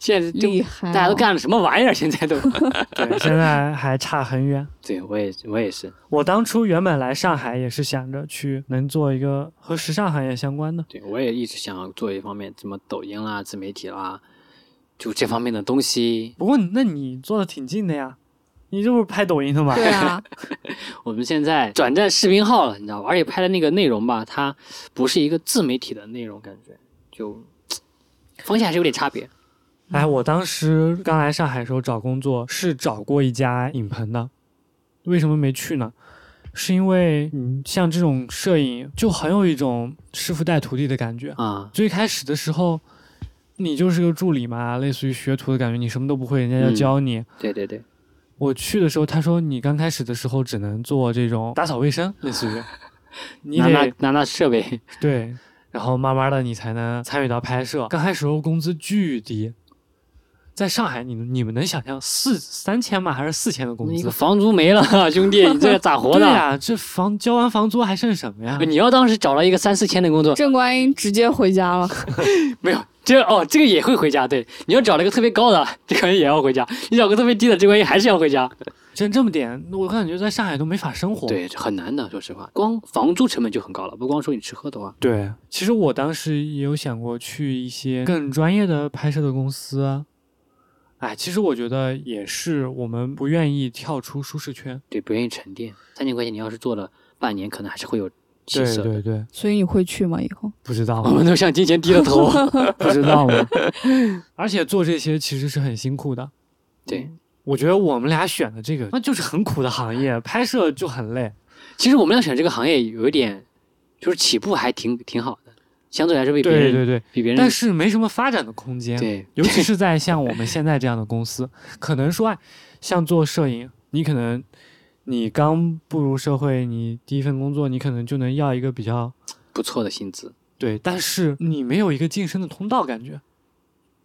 现在就厉害、啊大家都。干了什么玩意儿？现在都。 [LAUGHS] 对，现在还差很远。对我也我也是，我当初原本来上海也是想着去能做一个和时尚行业相关的，对我也一直想要做一方面，什么抖音啦、自媒体啦，就这方面的东西。不过你那你做的挺近的呀，你这不是拍抖音的吗？对啊，我们现在转战视频号了，你知道吧？而且拍的那个内容吧，它不是一个自媒体的内容，感觉就方向还是有点差别。 [LAUGHS] 哎，我当时刚来上海的时候找工作是找过一家影棚的，为什么没去呢？是因为嗯，像这种摄影就很有一种师傅带徒弟的感觉。啊、最开始的时候，你就是个助理嘛，类似于学徒的感觉，你什么都不会，人家要嗯教你。对对对，我去的时候，他说你刚开始的时候只能做这种打扫卫生，类似于 [LAUGHS] 你拿拿得拿那设备，对，然后慢慢的你才能参与到拍摄。刚开始时候工资巨低，在上海你你们能想象四三千吗？还是四千的工你资个？房租没了，啊兄弟，你这咋 [LAUGHS] 活对的？呀，这房交完房租还剩什么呀？你要当时找了一个三四千的工作，郑观音直接回家了。没有，这哦，这个也会回家。对，你要找了一个特别高的，这个人也要回家；你找个特别低的，这关系还是要回家。哦挣这么点，我感觉在上海都没法生活。对，很难的，说实话，光房租成本就很高了，不光说你吃喝的话，对，其实我当时也有想过去一些更专业的拍摄的公司啊。哎，其实我觉得也是我们不愿意跳出舒适圈。对，不愿意沉淀。三千块钱，你要是做了半年，可能还是会有起对色。对对，所以你会去吗？以后？不知道我 [LAUGHS] 们都向金钱低了头。不知道吗？而且做这些其实是很辛苦的。 [LAUGHS] 对，我觉得我们俩选的这个，那就是很苦的行业，拍摄就很累。其实我们要选这个行业，有一点就是起步还挺挺好的，相对来说比别对人对对，比别人但是没什么发展的空间。， [LAUGHS] 对尤其是在像我们现在这样的公司， [LAUGHS] 可能说，哎，像做摄影，你可能你刚步入社会，你第一份工作，你可能就能要一个比较不错的薪资。对，但是你没有一个晋升的通道，感觉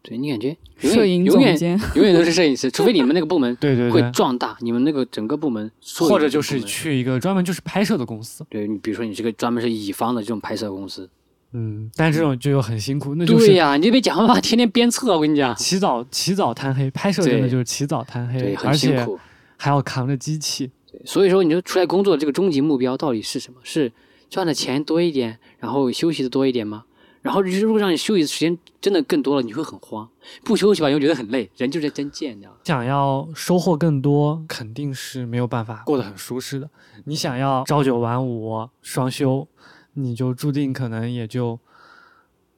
对你感觉永摄远影永总远监，永远都是摄影师， [LAUGHS] 除非你们那个部门对对会对，壮大，你们那个整个部门所有或者的就部是门去一个专门就是拍摄的公司，对你，比如说你这个专门是乙方的这种拍摄公司，嗯，但这种就很辛苦，那就对是呀、你就被甲方爸爸天天鞭策，我跟你讲，起早起早贪黑，拍摄真的对就是起早贪黑对，，很而辛且苦。还要扛着机器，所以说，你就出来工作这个终极目标到底是什么？是赚的钱多一点，然后休息的多一点吗？然后如果让你休息的时间真的更多了，你会很慌；不休息吧，你会觉得很累。人就是真贱，你知道吗？想要收获更多，肯定是没有办法过得很舒适的。你想要朝九晚五双休，你就注定可能也就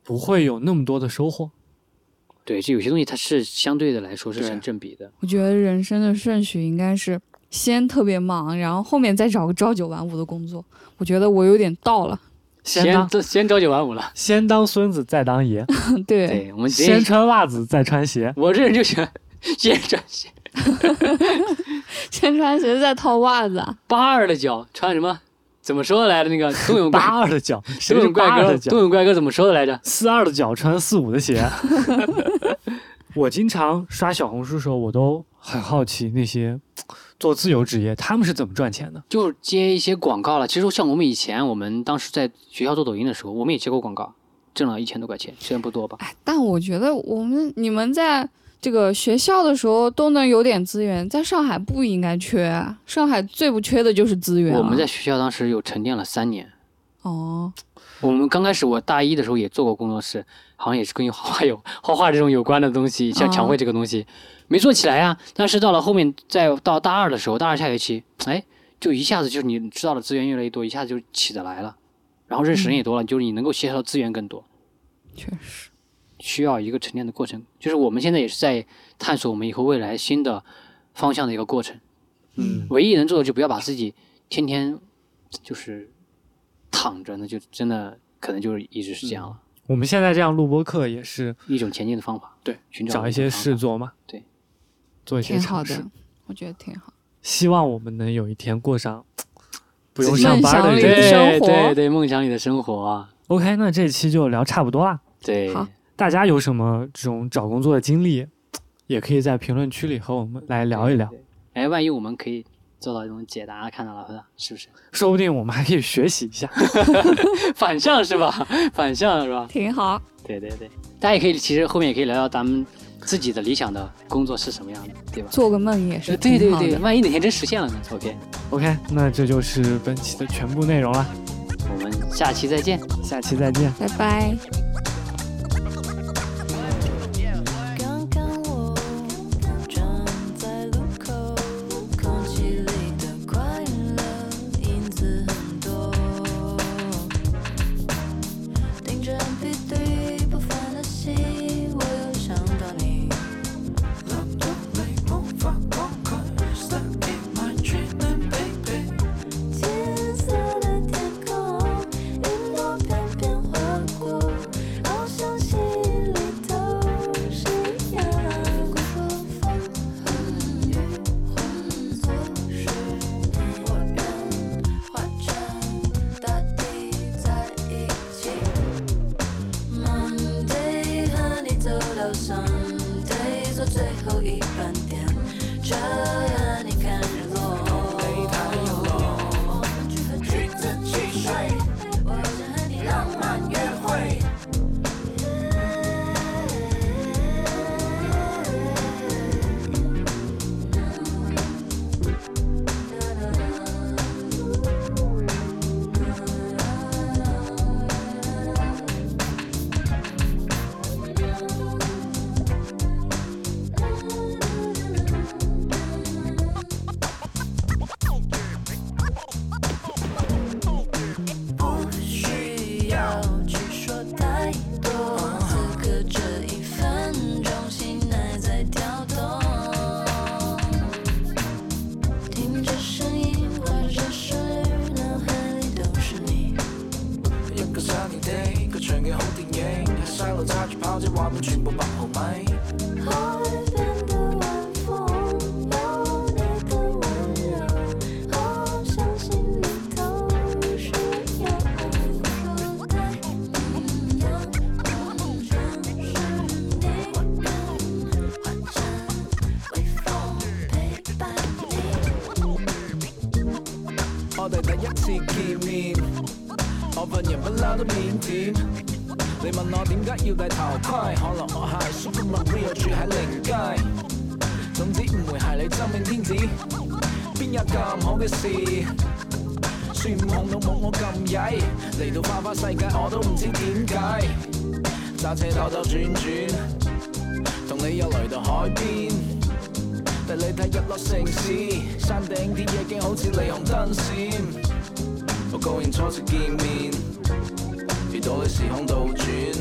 不会有那么多的收获。对，就有些东西它是相对的来说是对成正比的。我觉得人生的顺序应该是先特别忙，然后后面再找个朝九晚五的工作。我觉得我有点到了， [LAUGHS] 先当这先朝九晚五了。先当孙子，再当爷；对，对，我们直接先，穿袜子，再穿鞋。 [LAUGHS] 我这人就 [LAUGHS] 想先穿鞋先穿鞋再套袜子啊，八二的脚，穿什么？怎么说来着？那 [LAUGHS] 个冬泳怪八二的脚，冬谁是泳八怪二哥的，脚冬？泳怪哥怎么说的来着？四二的脚穿四五的鞋。 [LAUGHS] 我经常刷小红书的时候，我都很好奇那些做自由职业他们是怎么赚钱的。就接一些广告了。其实像我们以前，我们当时在学校做抖音的时候，我们也接过广告，挣了一千多块钱，虽然不多吧。哎，但我觉得我们你们在这个学校的时候都能有点资源，在上海不应该缺啊，上海最不缺的就是资源啊、我们在学校当时有沉淀了三年。哦，我们刚开始，我大一的时候也做过工作室，好像也是跟画画有 [LAUGHS] 画画这种有关的东西，像哦墙绘这个东西，没做起来啊。但是到了后面，再到大二的时候，大二下学期，哎，就一下子就是你知道的资源越来越多，一下子就起得来了，然后认识人也多了，就是你能够协调的资源更多。确实，需要一个沉淀的过程，就是我们现在也是在探索我们以后未来新的方向的一个过程。嗯，唯一能做的就不要把自己天天就是躺着，那就真的可能就是一直是这样了，我们现在这样录播课也是一种前进的方法。对，寻找找种一些方法事。做嘛，对，做一些挺好尝试的。，我觉得挺好。希望我们能有一天过上不自用己上梦班的想日里子。的生对活对对，梦想里的生活啊， OK，那这期就聊差不多啦。对，好大家有什么这种找工作的经历，也可以在评论区里和我们来聊一聊，哎，万一我们可以做到一种解答，看到了是不 [LAUGHS] 是？说不定我们还可以学习一下。反向是吧？ [LAUGHS] 反向是吧？挺好，对对对，大家也可以，其实后面也可以聊聊咱们自己的理想的工作是什么样的，对吧？做个梦也是呃对挺对好对，的万一哪天真实现了呢？OK， OK，那这就是本期的全部内容了，我们下期再见。下期再见。拜拜。刚刚我站在路口，空气里的快乐影子很多。盯着 MP3 不凡的戏，我又想到你。金色的天空，云朵翩翩划过，翱翔心里都是一样。过风和雨混作水，我愿化成大地在一起。Monday 和你走到 Sunday，坐最后一班电车和你看日落。我们去和橘子去睡，我想和你浪漫约会。哋第一次見面，我份人不嬲都腼腆。你問我點解要戴頭盔，可能我係 Super Mario 住喺靈街。總之唔會係你真命天子，邊有咁好嘅事？孫悟空都冇我咁曳，嚟到花花世界我都唔知點解。揸車兜兜轉轉，同你又嚟到海邊。但你睇日落城市，山頂啲夜景好似霓虹燈閃。我高興初次見面，遇到你時空倒轉。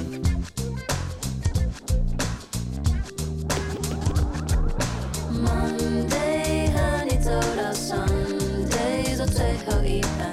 Monday 和你走到 Sunday，做最後一班。